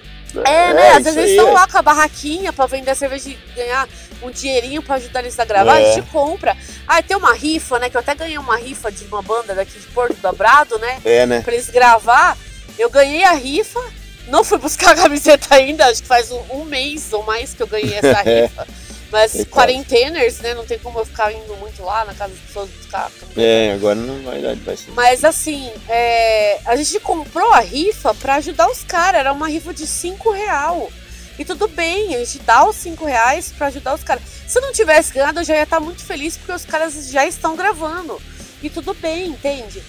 A: É, né? Às
B: isso
A: vezes eles
B: aí.
A: estão lá com a barraquinha pra vender a cerveja e ganhar um dinheirinho pra ajudar eles a gravar,
B: É.
A: a gente compra. Ah, tem uma rifa, né? Que eu até ganhei uma rifa de uma banda daqui de Porto Dobrado, né?
B: É, né?
A: Pra eles gravar. Eu ganhei a rifa, não fui buscar a camiseta ainda, acho que faz um, um mês ou mais que eu ganhei essa rifa. Mas
B: Coitado.
A: quarenteners, né? Não tem como eu ficar indo muito lá na casa das pessoas buscar a camiseta.
B: É, agora não vai dar, vai ser.
A: Mas assim, é, a gente comprou a rifa pra ajudar os caras. Era uma rifa de 5 real. E tudo bem, a gente dá os 5 reais pra ajudar os caras. Se eu não tivesse ganhado, eu já ia estar muito feliz porque os caras já estão gravando. E tudo bem, entende?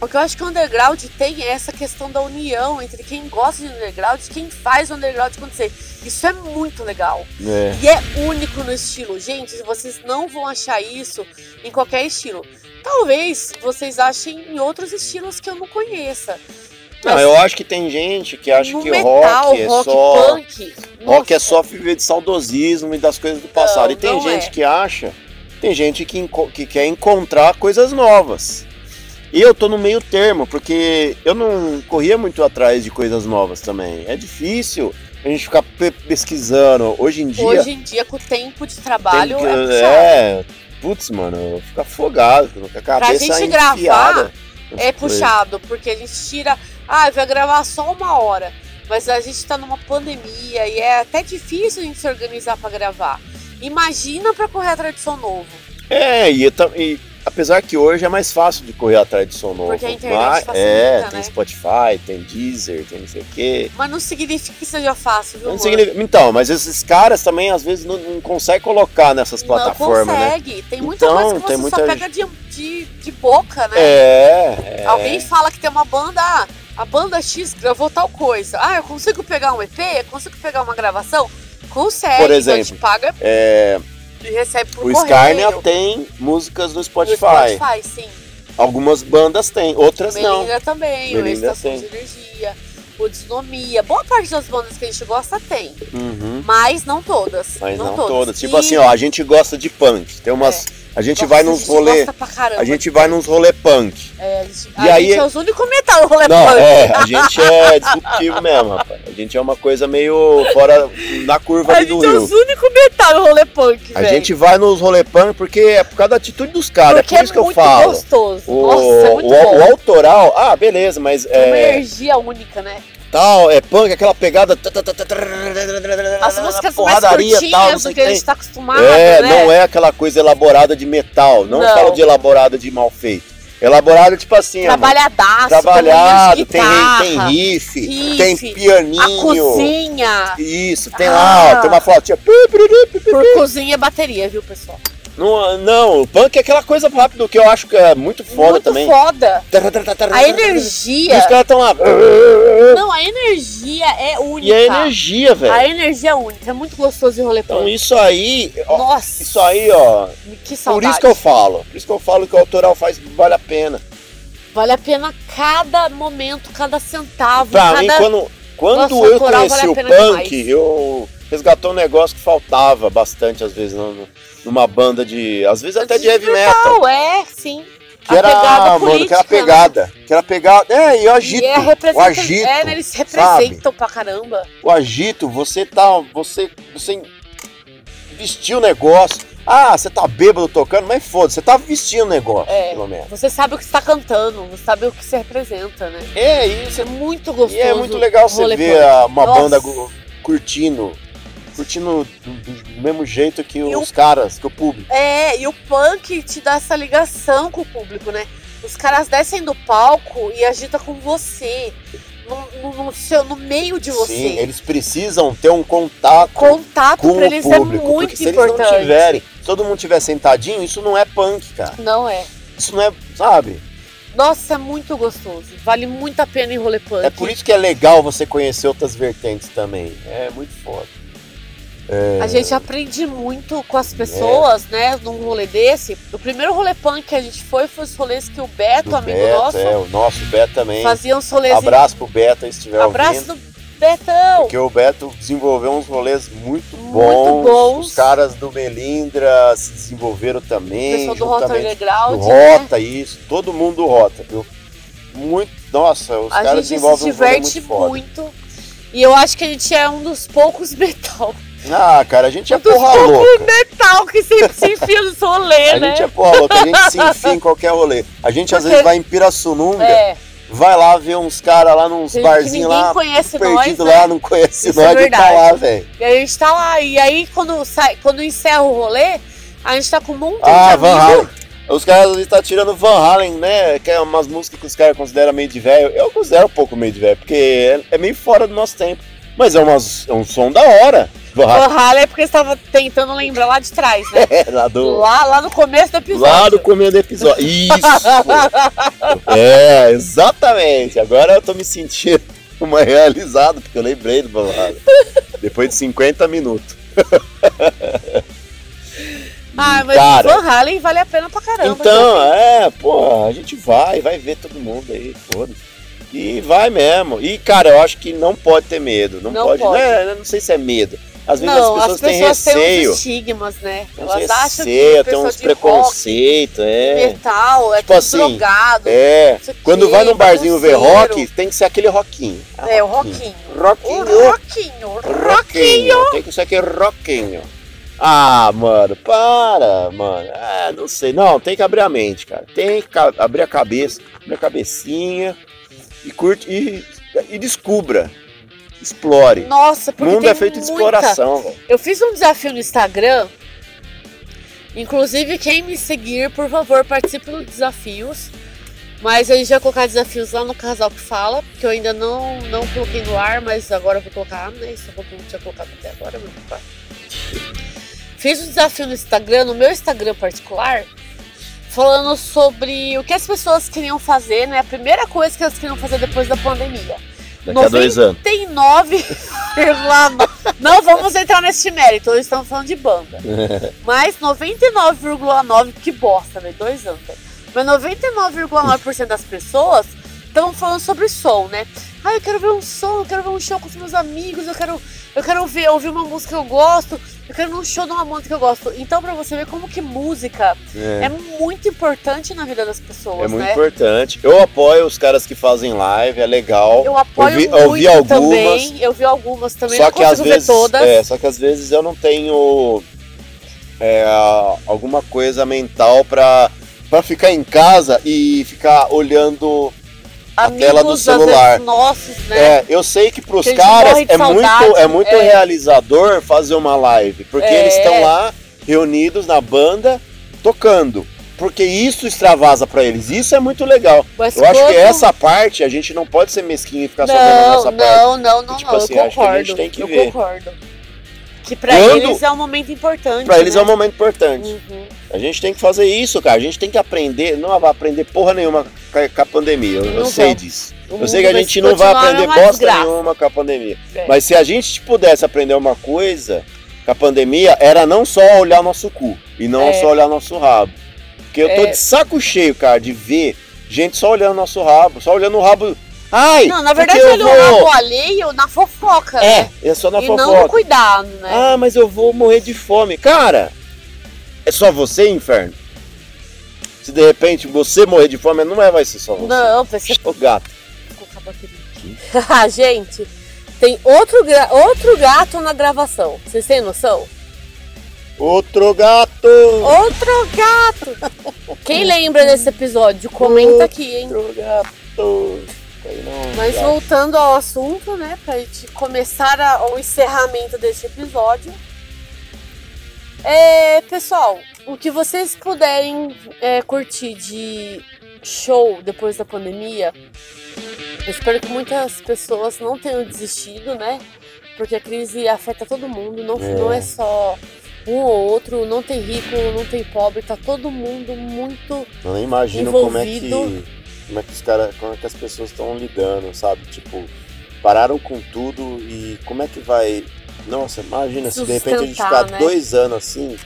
A: O que eu acho que o underground tem é essa questão da união entre quem gosta de underground e quem faz o underground acontecer. Isso é muito legal.
B: É.
A: E é único no estilo. Gente, vocês não vão achar isso em qualquer estilo. Talvez vocês achem em outros estilos que eu não conheça.
B: Não,
A: Mas
B: eu acho que tem gente que acha
A: no
B: que
A: metal,
B: rock é só.
A: punk.
B: Rock é
A: nossa,
B: só viver de saudosismo e das coisas do passado.
A: Não,
B: e tem
A: não
B: gente
A: é.
B: que acha, tem gente que, enco- que quer encontrar coisas novas. Eu tô no meio termo, porque eu não corria muito atrás de coisas novas também. É difícil a gente ficar pe- pesquisando. Hoje em dia.
A: Hoje em dia, com o tempo de trabalho,
B: tem que-
A: é puxado.
B: é, putz, mano, fica afogado, com a cabeça
A: gente
B: enfiada.
A: gravar, É
B: nas coisas.
A: puxado, porque a gente tira. Ah, vai gravar só uma hora. Mas a gente tá numa pandemia e é até difícil a gente se organizar pra gravar. Imagina pra correr atrás de som novo.
B: É, e, tam- e apesar que hoje é mais fácil de correr atrás de som novo.
A: Porque a internet
B: mas-
A: facilita,
B: é,
A: né?
B: tem Spotify, tem Deezer, tem não sei o quê.
A: Mas não significa que seja fácil, viu?
B: Não
A: mano?
B: significa- Então, mas esses caras também às vezes não, não conseguem colocar nessas plataformas,
A: não
B: né?
A: consegue. Tem muita
B: Então,
A: coisa que você
B: tem
A: só
B: muita-
A: pega de, de, de boca, né?
B: É, é.
A: Alguém fala que tem uma banda, ah, a banda X gravou tal coisa. Ah, eu consigo pegar um EP? Eu consigo pegar uma gravação? Consegue,
B: Por
A: então
B: exemplo,
A: te paga
B: é,
A: e recebe por
B: o
A: correio.
B: Scarnia tem músicas no
A: O
B: Spotify.
A: Spotify, sim.
B: Algumas bandas têm, outras não.
A: Melinda também, o
B: Melinda
A: Estação
B: tem.
A: de Energia, o Desnomia. Boa parte das bandas que a gente gosta tem,
B: Uhum.
A: mas não todas.
B: Mas não, todas. Tipo
A: E
B: assim, ó, a gente gosta de punk. Tem umas. A gente
A: nossa,
B: vai nos rolê.
A: gosta pra caramba.
B: A gente vai nos rolê punk.
A: É, a gente,
B: E
A: a
B: aí-
A: gente é os únicos metal rolê
B: Não,
A: punk.
B: é, a gente é disruptivo mesmo, rapaz. A gente é uma coisa meio fora na curva
A: A
B: ali do
A: gente é os
B: Rio.
A: únicos metal rolê punk,
B: A
A: velho.
B: gente vai nos rolê punk porque é por causa da atitude dos caras, é
A: Porque
B: por isso que eu
A: muito
B: falo.
A: gostoso.
B: O,
A: Nossa, é muito
B: o,
A: bom.
B: o autoral, ah, beleza, mas
A: É uma
B: é
A: energia única, né?
B: tal, é punk, aquela pegada. tá,
A: As músicas é mais
B: porradaria
A: curtinhas
B: tal, não
A: do
B: sei o
A: que
B: que.
A: a
B: tem.
A: gente tá acostumado,
B: É,
A: né?
B: não é aquela coisa elaborada de metal. Não,
A: Não.
B: falo de elaborada de mal feito. Elaborada tipo assim, ó, mano,
A: Trabalhadaço,
B: trabalhado,
A: tem,
B: tem,
A: guitarra,
B: tem riff,
A: riff,
B: tem pianinho.
A: a cozinha.
B: Isso, tem
A: Ah.
B: lá, ó, tem uma flautinha. Pi, pi, pi, pi, pi.
A: Por cozinha é bateria, viu, pessoal?
B: Não, não, o punk é aquela coisa rápida que eu acho que é muito foda
A: muito
B: também. É.
A: foda.
B: Tar, tar, tar, tar,
A: A
B: tar, tar. E
A: energia.
B: os caras estão lá.
A: Não, a energia é única.
B: E a energia, velho.
A: A energia é única. É muito gostoso de rolê
B: Então
A: punk.
B: isso aí, ó,
A: Nossa.
B: isso aí, ó.
A: Que
B: Por
A: saudade.
B: isso que eu falo. Por isso que eu falo que o autoral faz vale a pena.
A: Vale a pena cada momento, cada centavo,
B: Pra
A: cada
B: mim, quando, quando
A: Nossa,
B: eu
A: coral vale
B: conheci
A: a
B: o
A: pena
B: punk,
A: demais.
B: eu resgatou um negócio que faltava bastante, às vezes, no- no- numa banda de. Às vezes até de heavy metal.
A: Não, é, sim.
B: Que era,
A: pegada
B: mano, que era
A: política, né?
B: pegada. Que era pegada. É, e o agito.
A: E é representa-
B: o agito.
A: é, né, eles representam pra caramba.
B: O agito, você tá. Você. Você vestiu o negócio. Ah, você tá bêbado tocando, mas foda, você tá vestindo o negócio,
A: É.
B: pelo menos.
A: Você sabe o que está cantando, você sabe o que se representa, né?
B: É, e,
A: Isso é muito gostoso.
B: e é muito legal você
A: rolê
B: ver
A: punk.
B: a- uma
A: Nossa.
B: banda gu- curtindo. Curtindo do, do mesmo jeito que
A: E
B: os caras, que o público.
A: É, e o punk te dá essa ligação com o público, né? Os caras descem do palco e agita com você. No, no- no seu, no meio de você.
B: Sim, eles precisam ter um contato
A: Contato
B: com
A: pra
B: o
A: eles
B: público.
A: é muito
B: porque se eles
A: importante.
B: não tiverem, se todo mundo tiver sentadinho, isso não é punk, cara.
A: Não é.
B: Isso não é, sabe?
A: Nossa, é muito gostoso. Vale muito a pena em rolê punk.
B: É por isso que é legal você conhecer outras vertentes também. É muito foda.
A: A gente aprende muito com
B: É.
A: as pessoas, né, num rolê desse. O primeiro rolê punk que a gente foi foi os rolês que o Beto,
B: Do
A: amigo
B: Beto,
A: nosso,
B: é, o nosso Beto também.
A: fazia uns rolês. em-
B: Abraço pro Beto aí se estiver
A: Abraço
B: ouvindo.
A: do Betão!
B: Porque o Beto desenvolveu uns rolês muito
A: Muito
B: bons.
A: bons.
B: Os caras do Melindra se desenvolveram
A: O
B: também.
A: pessoal do Rota
B: juntamente do
A: Underground. né?
B: Rota, isso. Todo mundo do Rota, viu? Muito. Nossa, os
A: A
B: caras
A: gente se
B: desenvolvem um rolê
A: diverte
B: muito foda.
A: muito, E eu acho que a gente é um dos poucos metal.
B: Ah, cara, a gente é
A: Um dos
B: porra
A: poucos
B: louca.
A: Metal que sempre se enfia no rolê,
B: A
A: né?
B: gente é porra louca, a gente se enfia em qualquer rolê. A gente às
A: Porque-
B: vezes vai em Pirassununga,
A: É,
B: vai lá ver uns caras lá nos
A: que ninguém
B: um barzinhos lá,
A: conhece nós,
B: perdido
A: né?
B: lá, não conhece
A: Isso é
B: nós, e tá
A: verdade.
B: lá, velho.
A: E aí a gente tá lá. E aí quando, sai, quando encerra o rolê, a gente tá com um montão
B: Ah,
A: de
B: Van
A: amigos.
B: Halen. Os caras ali tá tirando Van Halen, né? Que é umas músicas que os caras consideram meio de velho. Eu considero um pouco meio de velho, porque é, é meio fora do nosso tempo. Mas é, umas- é um som da hora. Van Halen
A: Van Halen é porque estava tentando lembrar lá de trás, né?
B: é lá do.
A: Lá, lá no começo do episódio.
B: Lá do começo do episódio. Isso! é, exatamente. Agora eu tô me sentindo uma realizada, porque eu lembrei do Van Halen. Depois de 50 minutos.
A: Ah, mas
B: Cara.
A: Van Halen vale a pena pra caramba. né?
B: Então,
A: assim-
B: é, pô, a gente vai, vai ver todo mundo aí, foda E vai mesmo. E, cara, eu acho que não pode ter medo. Não,
A: Não
B: pode.
A: pode.
B: Não, é- não sei se é medo. Às vezes
A: não,
B: as pessoas, têm
A: têm
B: receio.
A: uns estigmas, né?
B: Tem uns
A: Elas acham
B: receio,
A: que
B: tem
A: pessoa
B: uns
A: de rock,
B: preconceitos, é.
A: metal, é
B: Tipo
A: tudo
B: assim,
A: drogado.
B: É.
A: não sei o
B: Quando
A: quê,
B: vai num barzinho ver
A: bagunceiro.
B: rock, tem que ser aquele rockinho.
A: É, o rockinho. O
B: Rockinho.
A: rockinho, o rockinho.
B: Rockinho. Tem que ser aquele rockinho. Ah, mano, para, mano. Ah, não sei. Não, tem que abrir a mente, cara. Tem que ca- abrir a cabeça, abrir a cabecinha e curte e, e descubra. Explore.
A: Nossa,
B: O
A: porque
B: mundo
A: tem
B: é feito de
A: muita-
B: exploração, velho.
A: Eu fiz um desafio no Instagram. Inclusive, quem me seguir, por favor, participe dos desafios. Mas a gente vai colocar desafios lá no Casal que Fala, que eu ainda não, não coloquei no ar, mas agora eu vou colocar, né? Isso eu não tinha colocado até agora, eu vou colocar. Fiz um desafio no Instagram, no meu Instagram particular, falando sobre o que as pessoas queriam fazer, né? A primeira coisa que elas queriam fazer depois da pandemia.
B: Daqui a dois anos.
A: 99, não vamos entrar nesse mérito, hoje estamos falando de banda. Mas 99,9, que bosta, né? Dois anos. né? Mas 99,9% das pessoas estão falando sobre som, né? Ah, eu quero ver um som, eu quero ver um show com os meus amigos, eu quero, eu quero ver, ouvir uma música que eu gosto, eu quero ir num show de uma banda que eu gosto. Então, pra você ver como que música é,
B: É,
A: muito importante na vida das pessoas,
B: é muito
A: né?
B: importante. Eu apoio os caras que fazem live, é legal.
A: Eu apoio
B: Eu vi-
A: muito
B: eu vi algumas.
A: também, eu vi algumas também,
B: só
A: não
B: que às
A: consigo
B: vezes,
A: ver todas.
B: é, só que às vezes eu não tenho é, alguma coisa mental pra para ficar em casa e ficar olhando. a tela do
A: Amigos, às
B: celular.
A: vezes, nossos, né?
B: É, eu sei que pros
A: Que eles
B: caras
A: morrem de
B: é muito
A: saudade,
B: é muito
A: é.
B: realizador fazer uma live, porque
A: É.
B: eles estão lá reunidos na banda tocando. Porque isso extravasa pra eles. Isso é muito legal.
A: Mas
B: Eu acho que
A: quando-
B: essa é parte a gente não pode ser mesquinho e ficar só vendo
A: não,
B: essa parte.
A: não, não, não,
B: Tipo
A: não,
B: assim,
A: eu
B: acho que a
A: concordo.
B: gente tem que
A: eu
B: ver.
A: concordo. Que pra
B: Quando-
A: eles é um momento importante.
B: Pra eles é
A: né?
B: um momento importante.
A: Uhum.
B: A gente tem que fazer isso, cara. A gente tem que aprender. Não vai aprender porra nenhuma ca- com a pandemia. Eu, eu
A: Não
B: sei
A: vai.
B: disso.
A: O
B: Eu sei
A: mundo
B: que a
A: vai
B: gente não vai
A: continuar é
B: aprender
A: uma
B: bosta
A: desgraça.
B: nenhuma com a pandemia.
A: É.
B: Mas se a gente pudesse aprender uma coisa com a pandemia, era não só olhar nosso cu e não
A: É.
B: só olhar nosso rabo. Porque eu tô
A: É.
B: de saco cheio, cara, de ver gente só olhando nosso rabo, só olhando o rabo. Ai!
A: Não, na
B: porque
A: verdade
B: eu
A: ele olhava
B: vou...
A: o alheio na fofoca, né?
B: É, é só na
A: e não no
B: fofoca.
A: cuidado, né?
B: Ah, mas eu vou morrer de fome. Cara, é só você, inferno? Se de repente você morrer de fome, não é, vai ser só você.
A: não, vai ser
B: O gato.
A: colocar bateria aqui. Ah, Gente, tem outro, gra- outro gato na gravação. Vocês têm noção?
B: Outro gato!
A: Outro gato! Quem lembra desse episódio? Comenta aqui, hein?
B: Outro gato! Aí não,
A: Mas
B: gato.
A: voltando ao assunto, né, pra gente começar a- o encerramento deste episódio. É, pessoal, o que vocês puderem é, curtir de show depois da pandemia, eu espero que muitas pessoas não tenham desistido, né? Porque a crise afeta todo mundo, não
B: É.
A: é, não é só um ou outro, não tem rico, não tem pobre, tá todo mundo muito.
B: Eu nem imagino como é
A: envolvido.
B: que. Como é que os caras. Como é que as pessoas estão lidando, sabe? Tipo, pararam com tudo e como é que vai. Nossa, imagina se de repente a gente
A: Sustentar,
B: ficar
A: né?
B: dois anos assim,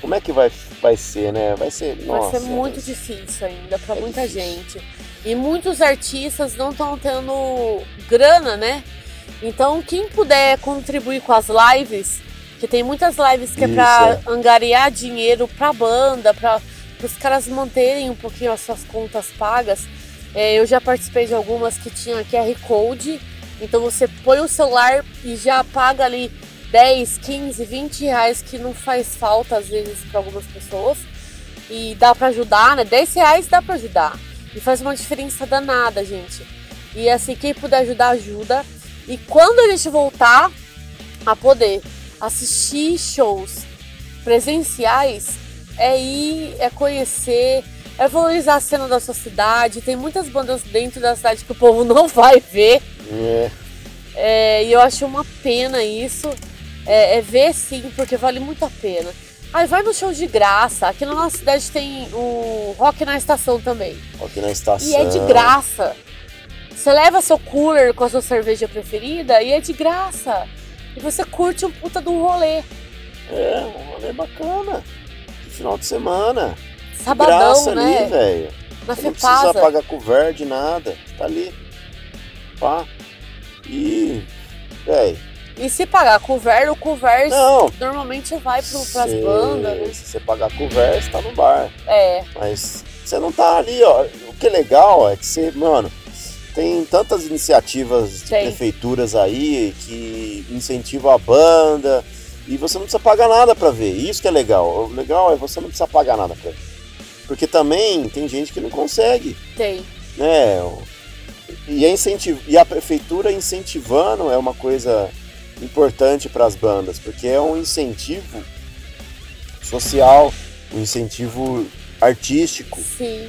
B: como é que vai, vai ser, né? Vai ser. nossa,
A: Vai ser muito difícil ainda para
B: É
A: muita
B: difícil.
A: gente. E muitos artistas não estão tendo grana, né? Então, quem puder contribuir com as lives, que tem muitas lives que
B: Isso,
A: é para angariar dinheiro para banda, para os caras manterem um pouquinho as suas contas pagas. É, eu já participei de algumas que tinha QR Code, então você põe o celular e já paga ali 10, 15, 20 reais que não faz falta às vezes para algumas pessoas. E dá para ajudar, né? 10 reais dá para ajudar. E faz uma diferença danada, gente. E assim, quem puder ajudar, ajuda. E quando a gente voltar a poder assistir shows presenciais, é ir, é conhecer, é valorizar a cena da sua cidade. Tem muitas bandas dentro da cidade que o povo não vai ver.
B: É,
A: É, e eu acho uma pena isso. É, é ver sim, porque vale muito a pena. Aí vai no show de graça. Aqui na nossa cidade tem o Rock na Estação também.
B: aqui na estação.
A: E é de graça. Você leva seu cooler com a sua cerveja preferida e é de graça. E você curte um puta de um rolê.
B: É, um rolê bacana. De final de semana. De
A: Sabadão,
B: graça
A: né?
B: ali, velho.
A: Na
B: Você Não precisa
A: Fepasa.
B: pagar couvert de nada. Tá ali. Pá. E. Velho.
A: E se pagar cover, o cover
B: Não.
A: normalmente vai pro, pras
B: Se-
A: bandas, né?
B: Se você pagar conversa, tá no bar.
A: É,
B: Mas você não tá ali, ó. O que é legal é que você, mano, tem tantas iniciativas de
A: Tem.
B: prefeituras aí que incentivam a banda e você não precisa pagar nada pra ver. Isso que é legal. O legal é você não precisa pagar nada pra ver. Porque também tem gente que não consegue,
A: tem.
B: né? E, é incentivo, e a prefeitura incentivando é uma coisa importante para as bandas, porque é um incentivo social, um incentivo artístico.
A: Sim.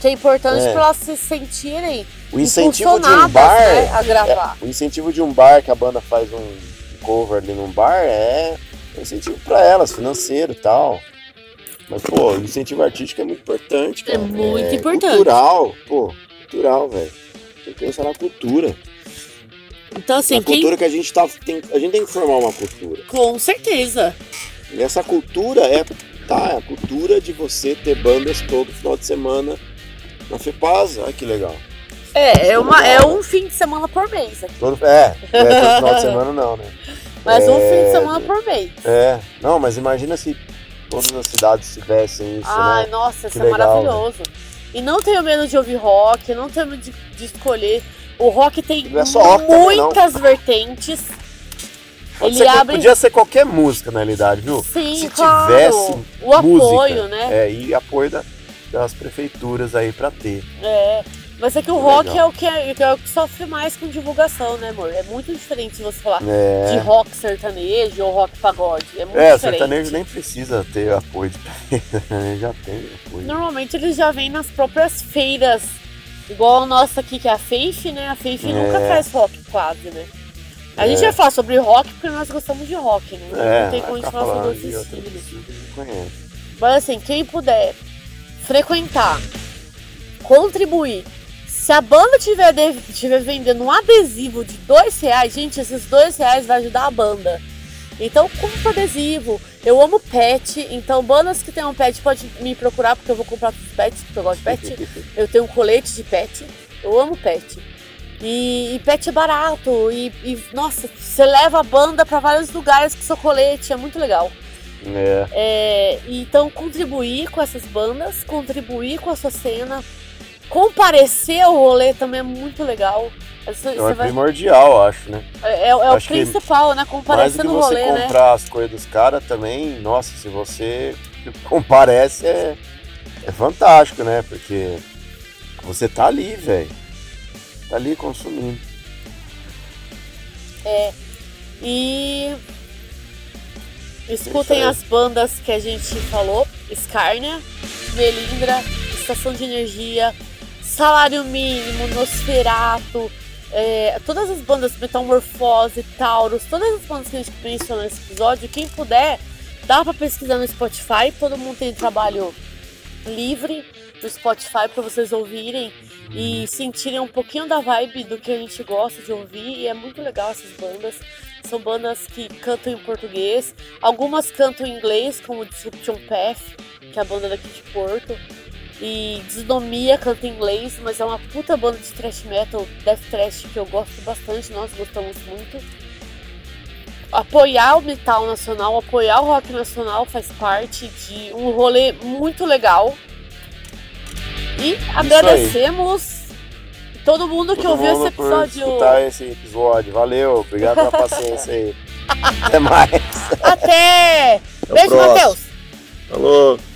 A: Que é importante
B: É.
A: pra elas se sentirem
B: O incentivo de um
A: impulsionadas,
B: bar,
A: né, a gravar.
B: o incentivo de um bar que a banda faz um cover ali num bar é um incentivo pra elas, financeiro e tal. Mas, pô, o incentivo artístico é muito importante, cara.
A: É muito importante.
B: Cultural, pô, cultural, velho. Tem que pensar na cultura.
A: Então, assim,
B: na cultura que a gente tá. Tem, a gente tem que formar uma cultura.
A: Com certeza.
B: E essa cultura é. Tá, é a cultura de você ter bandas todo final de semana na FEPASA. Olha que legal.
A: É, é, uma, é um fim de semana por mês. aqui.
B: Todo, é, não é todo final de semana não, né?
A: Mas um
B: É,
A: fim de semana por mês.
B: É, não, mas imagina se todas as cidades tivessem isso,
A: Ai,
B: né?
A: nossa, isso
B: Que
A: é
B: legal,
A: maravilhoso. E não tenho medo de ouvir rock, não tenho medo de, de escolher. O rock tem
B: Não é só rock também, não.
A: muitas vertentes.
B: Pode
A: ele
B: ser,
A: abre-
B: Podia ser qualquer música, na realidade, viu?
A: Sim,
B: se
A: claro.
B: tivesse
A: o apoio,
B: música,
A: né?
B: É, e apoio da- das prefeituras aí pra ter.
A: É. Mas é que o
B: Que
A: rock
B: legal.
A: é o que, é, é o que sofre mais com divulgação, né, amor? É muito diferente você falar de
B: É,
A: rock sertanejo ou rock pagode. É muito
B: é
A: diferente.
B: sertanejo nem precisa ter apoio de prefeitura, já tem apoio.
A: Normalmente eles já vêm nas próprias feiras. Igual a nossa aqui, que é a Faith, né? A Faith
B: É.
A: nunca faz rock quase, né? A
B: É.
A: gente vai falar sobre rock porque nós gostamos de rock, né?
B: É,
A: não tem
B: vai
A: como a gente
B: ficar
A: falar sobre
B: falando
A: outros
B: de outro
A: estilos.
B: estilo que não conhece.
A: Mas assim, quem puder frequentar, contribuir. Se a banda tiver, de- tiver vendendo um adesivo de dois reais, gente, esses dois reais vai ajudar a banda. Então compra adesivo. Eu amo pet, então bandas que tenham pet pode me procurar porque eu vou comprar todos os pets, porque eu gosto de pet. Eu tenho um colete de pet. Eu amo pet. E, e pet é barato. E, e, nossa, você leva a banda pra vários lugares com seu colete. É muito legal.
B: É,
A: É, então, contribuir com essas bandas, contribuir com a sua cena, comparecer ao rolê também é muito legal. Isso-
B: então
A: isso
B: é
A: vai-
B: primordial, eu acho, né?
A: é, é o
B: acho que
A: principal, né?
B: Mais do
A: Comparecer
B: que
A: no
B: você
A: rolê, né?
B: comprar as coisas dos caras também, nossa, se você comparece é, é fantástico, né? Porque você tá ali, velho. Tá ali consumindo.
A: E escutem
B: Isso aí.
A: as bandas que a gente falou: Scarnia, Melindra, Estação de Energia, Salário Mínimo, Nosferato, é, todas as bandas, Metamorfose, Taurus, todas as bandas que a gente mencionou nesse episódio. Quem puder, dá pra pesquisar no Spotify, todo mundo tem trabalho livre no Spotify pra vocês ouvirem
B: Uhum.
A: e sentirem um pouquinho da vibe do que a gente gosta de ouvir e é muito legal essas bandas. São bandas que cantam em português, algumas cantam em inglês, como Disruption Path, que é a banda daqui de Porto, e Desnomia canta em inglês, mas é uma puta banda de thrash metal, death thrash, que eu gosto bastante, nós gostamos muito. Apoiar o metal nacional, apoiar o rock nacional faz parte de um rolê muito legal. E agradecemos todo mundo que
B: Todo
A: ouviu
B: mundo
A: esse episódio.
B: Por escutar esse episódio. Valeu, obrigado pela paciência aí. Até mais.
A: Até! Beijo,
B: próximo.
A: Matheus!
B: Falou.